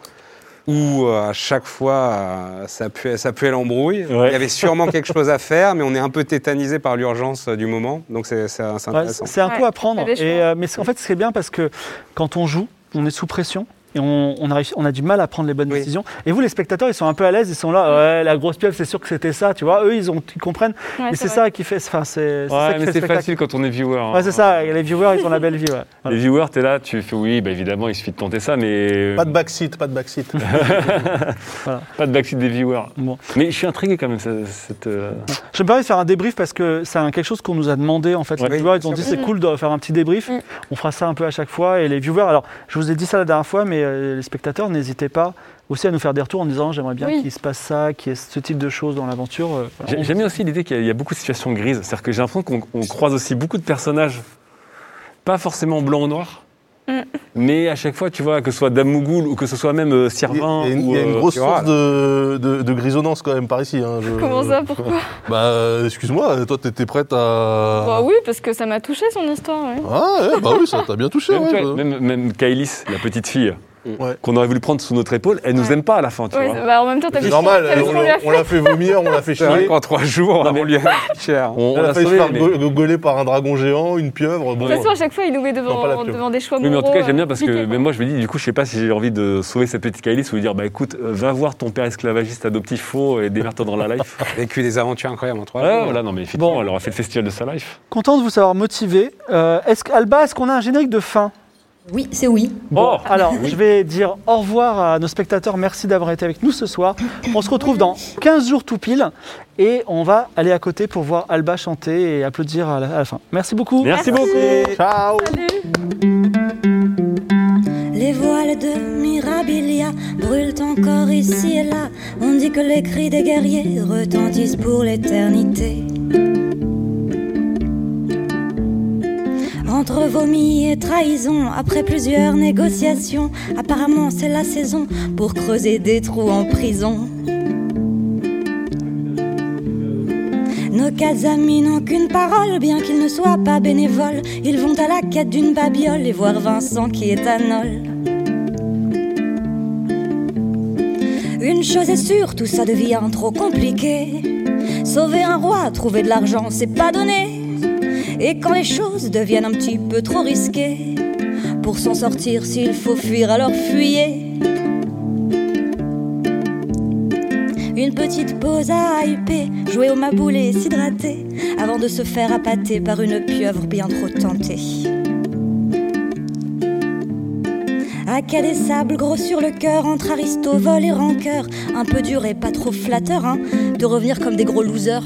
S3: où euh, à chaque fois, euh, ça puait, ça puait l'embrouille.
S2: Ouais.
S3: Il y avait sûrement quelque chose à faire, mais on est un peu tétanisé par l'urgence euh, du moment, donc c'est c'est- c'est
S1: Ouais,
S3: intéressant.
S1: c'est- c'est un
S4: Ouais,
S1: coup à prendre.
S4: il y a des
S1: Et,
S4: choix.
S1: euh, mais c'est- en fait, c'est bien parce que quand on joue, on est sous pression. Et on, on arrive, on a du mal à prendre les bonnes
S3: Oui.
S1: décisions. Et vous, les spectateurs, ils sont un peu à l'aise, ils sont là, ouais, la grosse pieuvre, c'est sûr que c'était ça, tu vois. Eux, ils, ont, ils comprennent.
S4: Ouais,
S1: et c'est ça qui fait, enfin, c'est c'est ça qui fait le spectacle.
S2: quand on est viewer. hein.
S1: Ouais, c'est ça. et Les viewers, ils ont la belle vie. ouais. Voilà.
S2: Les viewers, t'es là, tu fais oui, bah, évidemment, il suffit de tenter ça, mais.
S5: Pas de backseat, pas de backseat.
S2: pas de backseat des viewers.
S1: Bon.
S2: Mais je suis intrigué quand même, ça- cette. euh,
S1: Je me permets de faire un débrief parce que c'est un- quelque chose qu'on nous a demandé en fait.
S2: Ouais.
S1: les viewers, ils ont dit c'est cool de faire un petit débrief.
S4: Mm.
S1: On fera ça un peu à chaque fois. Et les viewers, alors je vous ai dit ça la dernière fois, mais euh, les spectateurs, n'hésitez pas aussi à nous faire des retours en disant j'aimerais bien
S4: Oui.
S1: qu'il se passe ça, qu'il y ait ce type de choses dans l'aventure. Euh, voilà.
S2: J'ai- J'aime bien aussi l'idée qu'il y, a- il y a beaucoup de situations grises. C'est-à-dire que j'ai l'impression qu'on on croise aussi beaucoup de personnages, pas forcément blanc ou noir,
S4: Mm.
S2: mais à chaque fois, tu vois, que ce soit Dame Mougoul ou que ce soit même euh,
S5: Il y a,
S2: Servin.
S5: il y a une-
S2: ou,
S5: il y a une
S2: euh,
S5: grosse
S3: tu vois,
S5: source de, de- de grisonnance quand même par ici. hein, je-
S4: Comment ça Pourquoi
S5: Bah, excuse-moi, toi, t'étais prête à.
S4: Bah oui, parce que ça m'a touché son histoire. ouais.
S5: Ah, ouais, bah oui, ça t'a bien touché.
S2: Même, Mm.
S5: ouais,
S2: tu vois,
S5: bah.
S2: même, même Kailis, la petite fille,
S5: Ouais.
S2: qu'on aurait voulu prendre sous notre épaule, elle nous
S4: Ouais.
S2: aime pas à la fin, tu
S4: Ouais,
S2: vois.
S4: bah, en même temps, t'as
S5: C'est
S4: vu
S5: normal,
S4: t'as vu ce
S5: on,
S4: qu'on lui a fait.
S5: on l'a fait vomir, on l'a fait
S3: C'est vrai
S5: chier.
S3: qu'en trois jours, on lui a mis cher.
S2: On, on
S5: Elle a
S2: l'a
S5: failli
S2: sauvé,
S5: se faire
S2: mais-
S5: go- gauler par un dragon géant, une pieuvre.
S4: De
S5: Bon,
S4: toute façon, à chaque fois, il nous met
S5: Non, pas la
S4: devant,
S5: pieuvre.
S4: devant des choix
S2: Oui, mais en tout
S4: moraux, euh.
S2: cas, j'aime bien parce
S4: compliqués,
S2: que
S4: quoi.
S2: même moi, je me dis, du coup, je sais pas si j'ai envie de sauver cette petite Kailis ou lui dire, bah écoute, euh, va voir ton père esclavagiste adoptif faux et démerde-toi dans la life.
S3: Vécu des aventures incroyables en trois
S2: ouais,
S3: jours.
S2: voilà, non, mais effectivement, elle aura fait le festival de sa life.
S1: Content de vous savoir motivé. Euh, est-ce, que- Alba, est-ce qu'on a un générique de fin
S6: Oui, c'est oui.
S2: Oh
S1: Alors, je vais dire au revoir à nos spectateurs. Merci d'avoir été avec nous ce soir. On se retrouve dans 15 jours tout pile et on va aller à côté pour voir Alba chanter et applaudir à la, à la fin. Merci beaucoup.
S2: Merci beaucoup
S1: Ciao.
S6: Les voiles de Mirabilia brûlent encore ici et là. On dit que les cris des guerriers retentissent pour l'éternité. Entre vomi et trahison, après plusieurs négociations, apparemment c'est la saison pour creuser des trous en prison. Nos quatre amis n'ont qu'une parole, bien qu'ils ne soient pas bénévoles. Ils vont à la quête d'une babiole et voir Vincent qui est à Nol. Une chose est sûre, tout ça devient trop compliqué. Sauver un roi, trouver de l'argent, c'est pas donné. Et quand les choses deviennent un petit peu trop risquées, pour s'en sortir, s'il faut fuir, alors fuyez. Une petite pause à AUP, jouer au maboule et s'hydrater, avant de se faire appâter par une pieuvre bien trop tentée. Acas des sables gros sur le cœur, entre aristo, vol et rancœur, un peu dur et pas trop flatteur, hein, de revenir comme des gros losers.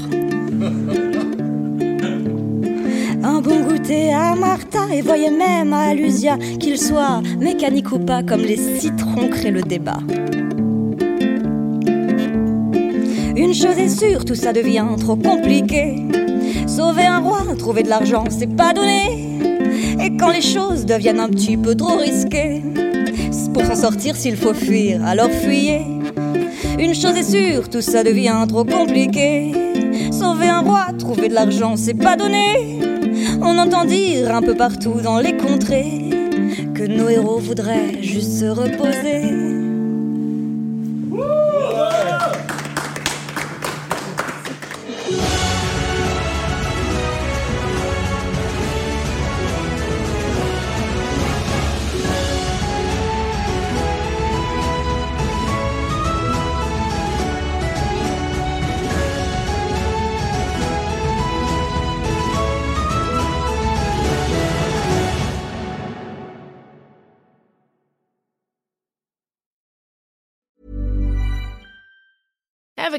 S6: Un bon goûter à Martha et voyez même à Alusia, qu'il soit mécanique ou pas, comme les citrons créent le débat. Une chose est sûre, tout ça devient trop compliqué. Sauver un roi, trouver de l'argent, c'est pas donné. Et quand les choses deviennent un petit peu trop risquées, c'est pour s'en sortir s'il faut fuir, alors fuyez. Une chose est sûre, tout ça devient trop compliqué. Sauver un roi, trouver de l'argent, c'est pas donné. On entend dire un peu partout dans les contrées que nos héros voudraient juste se reposer.
S7: Ever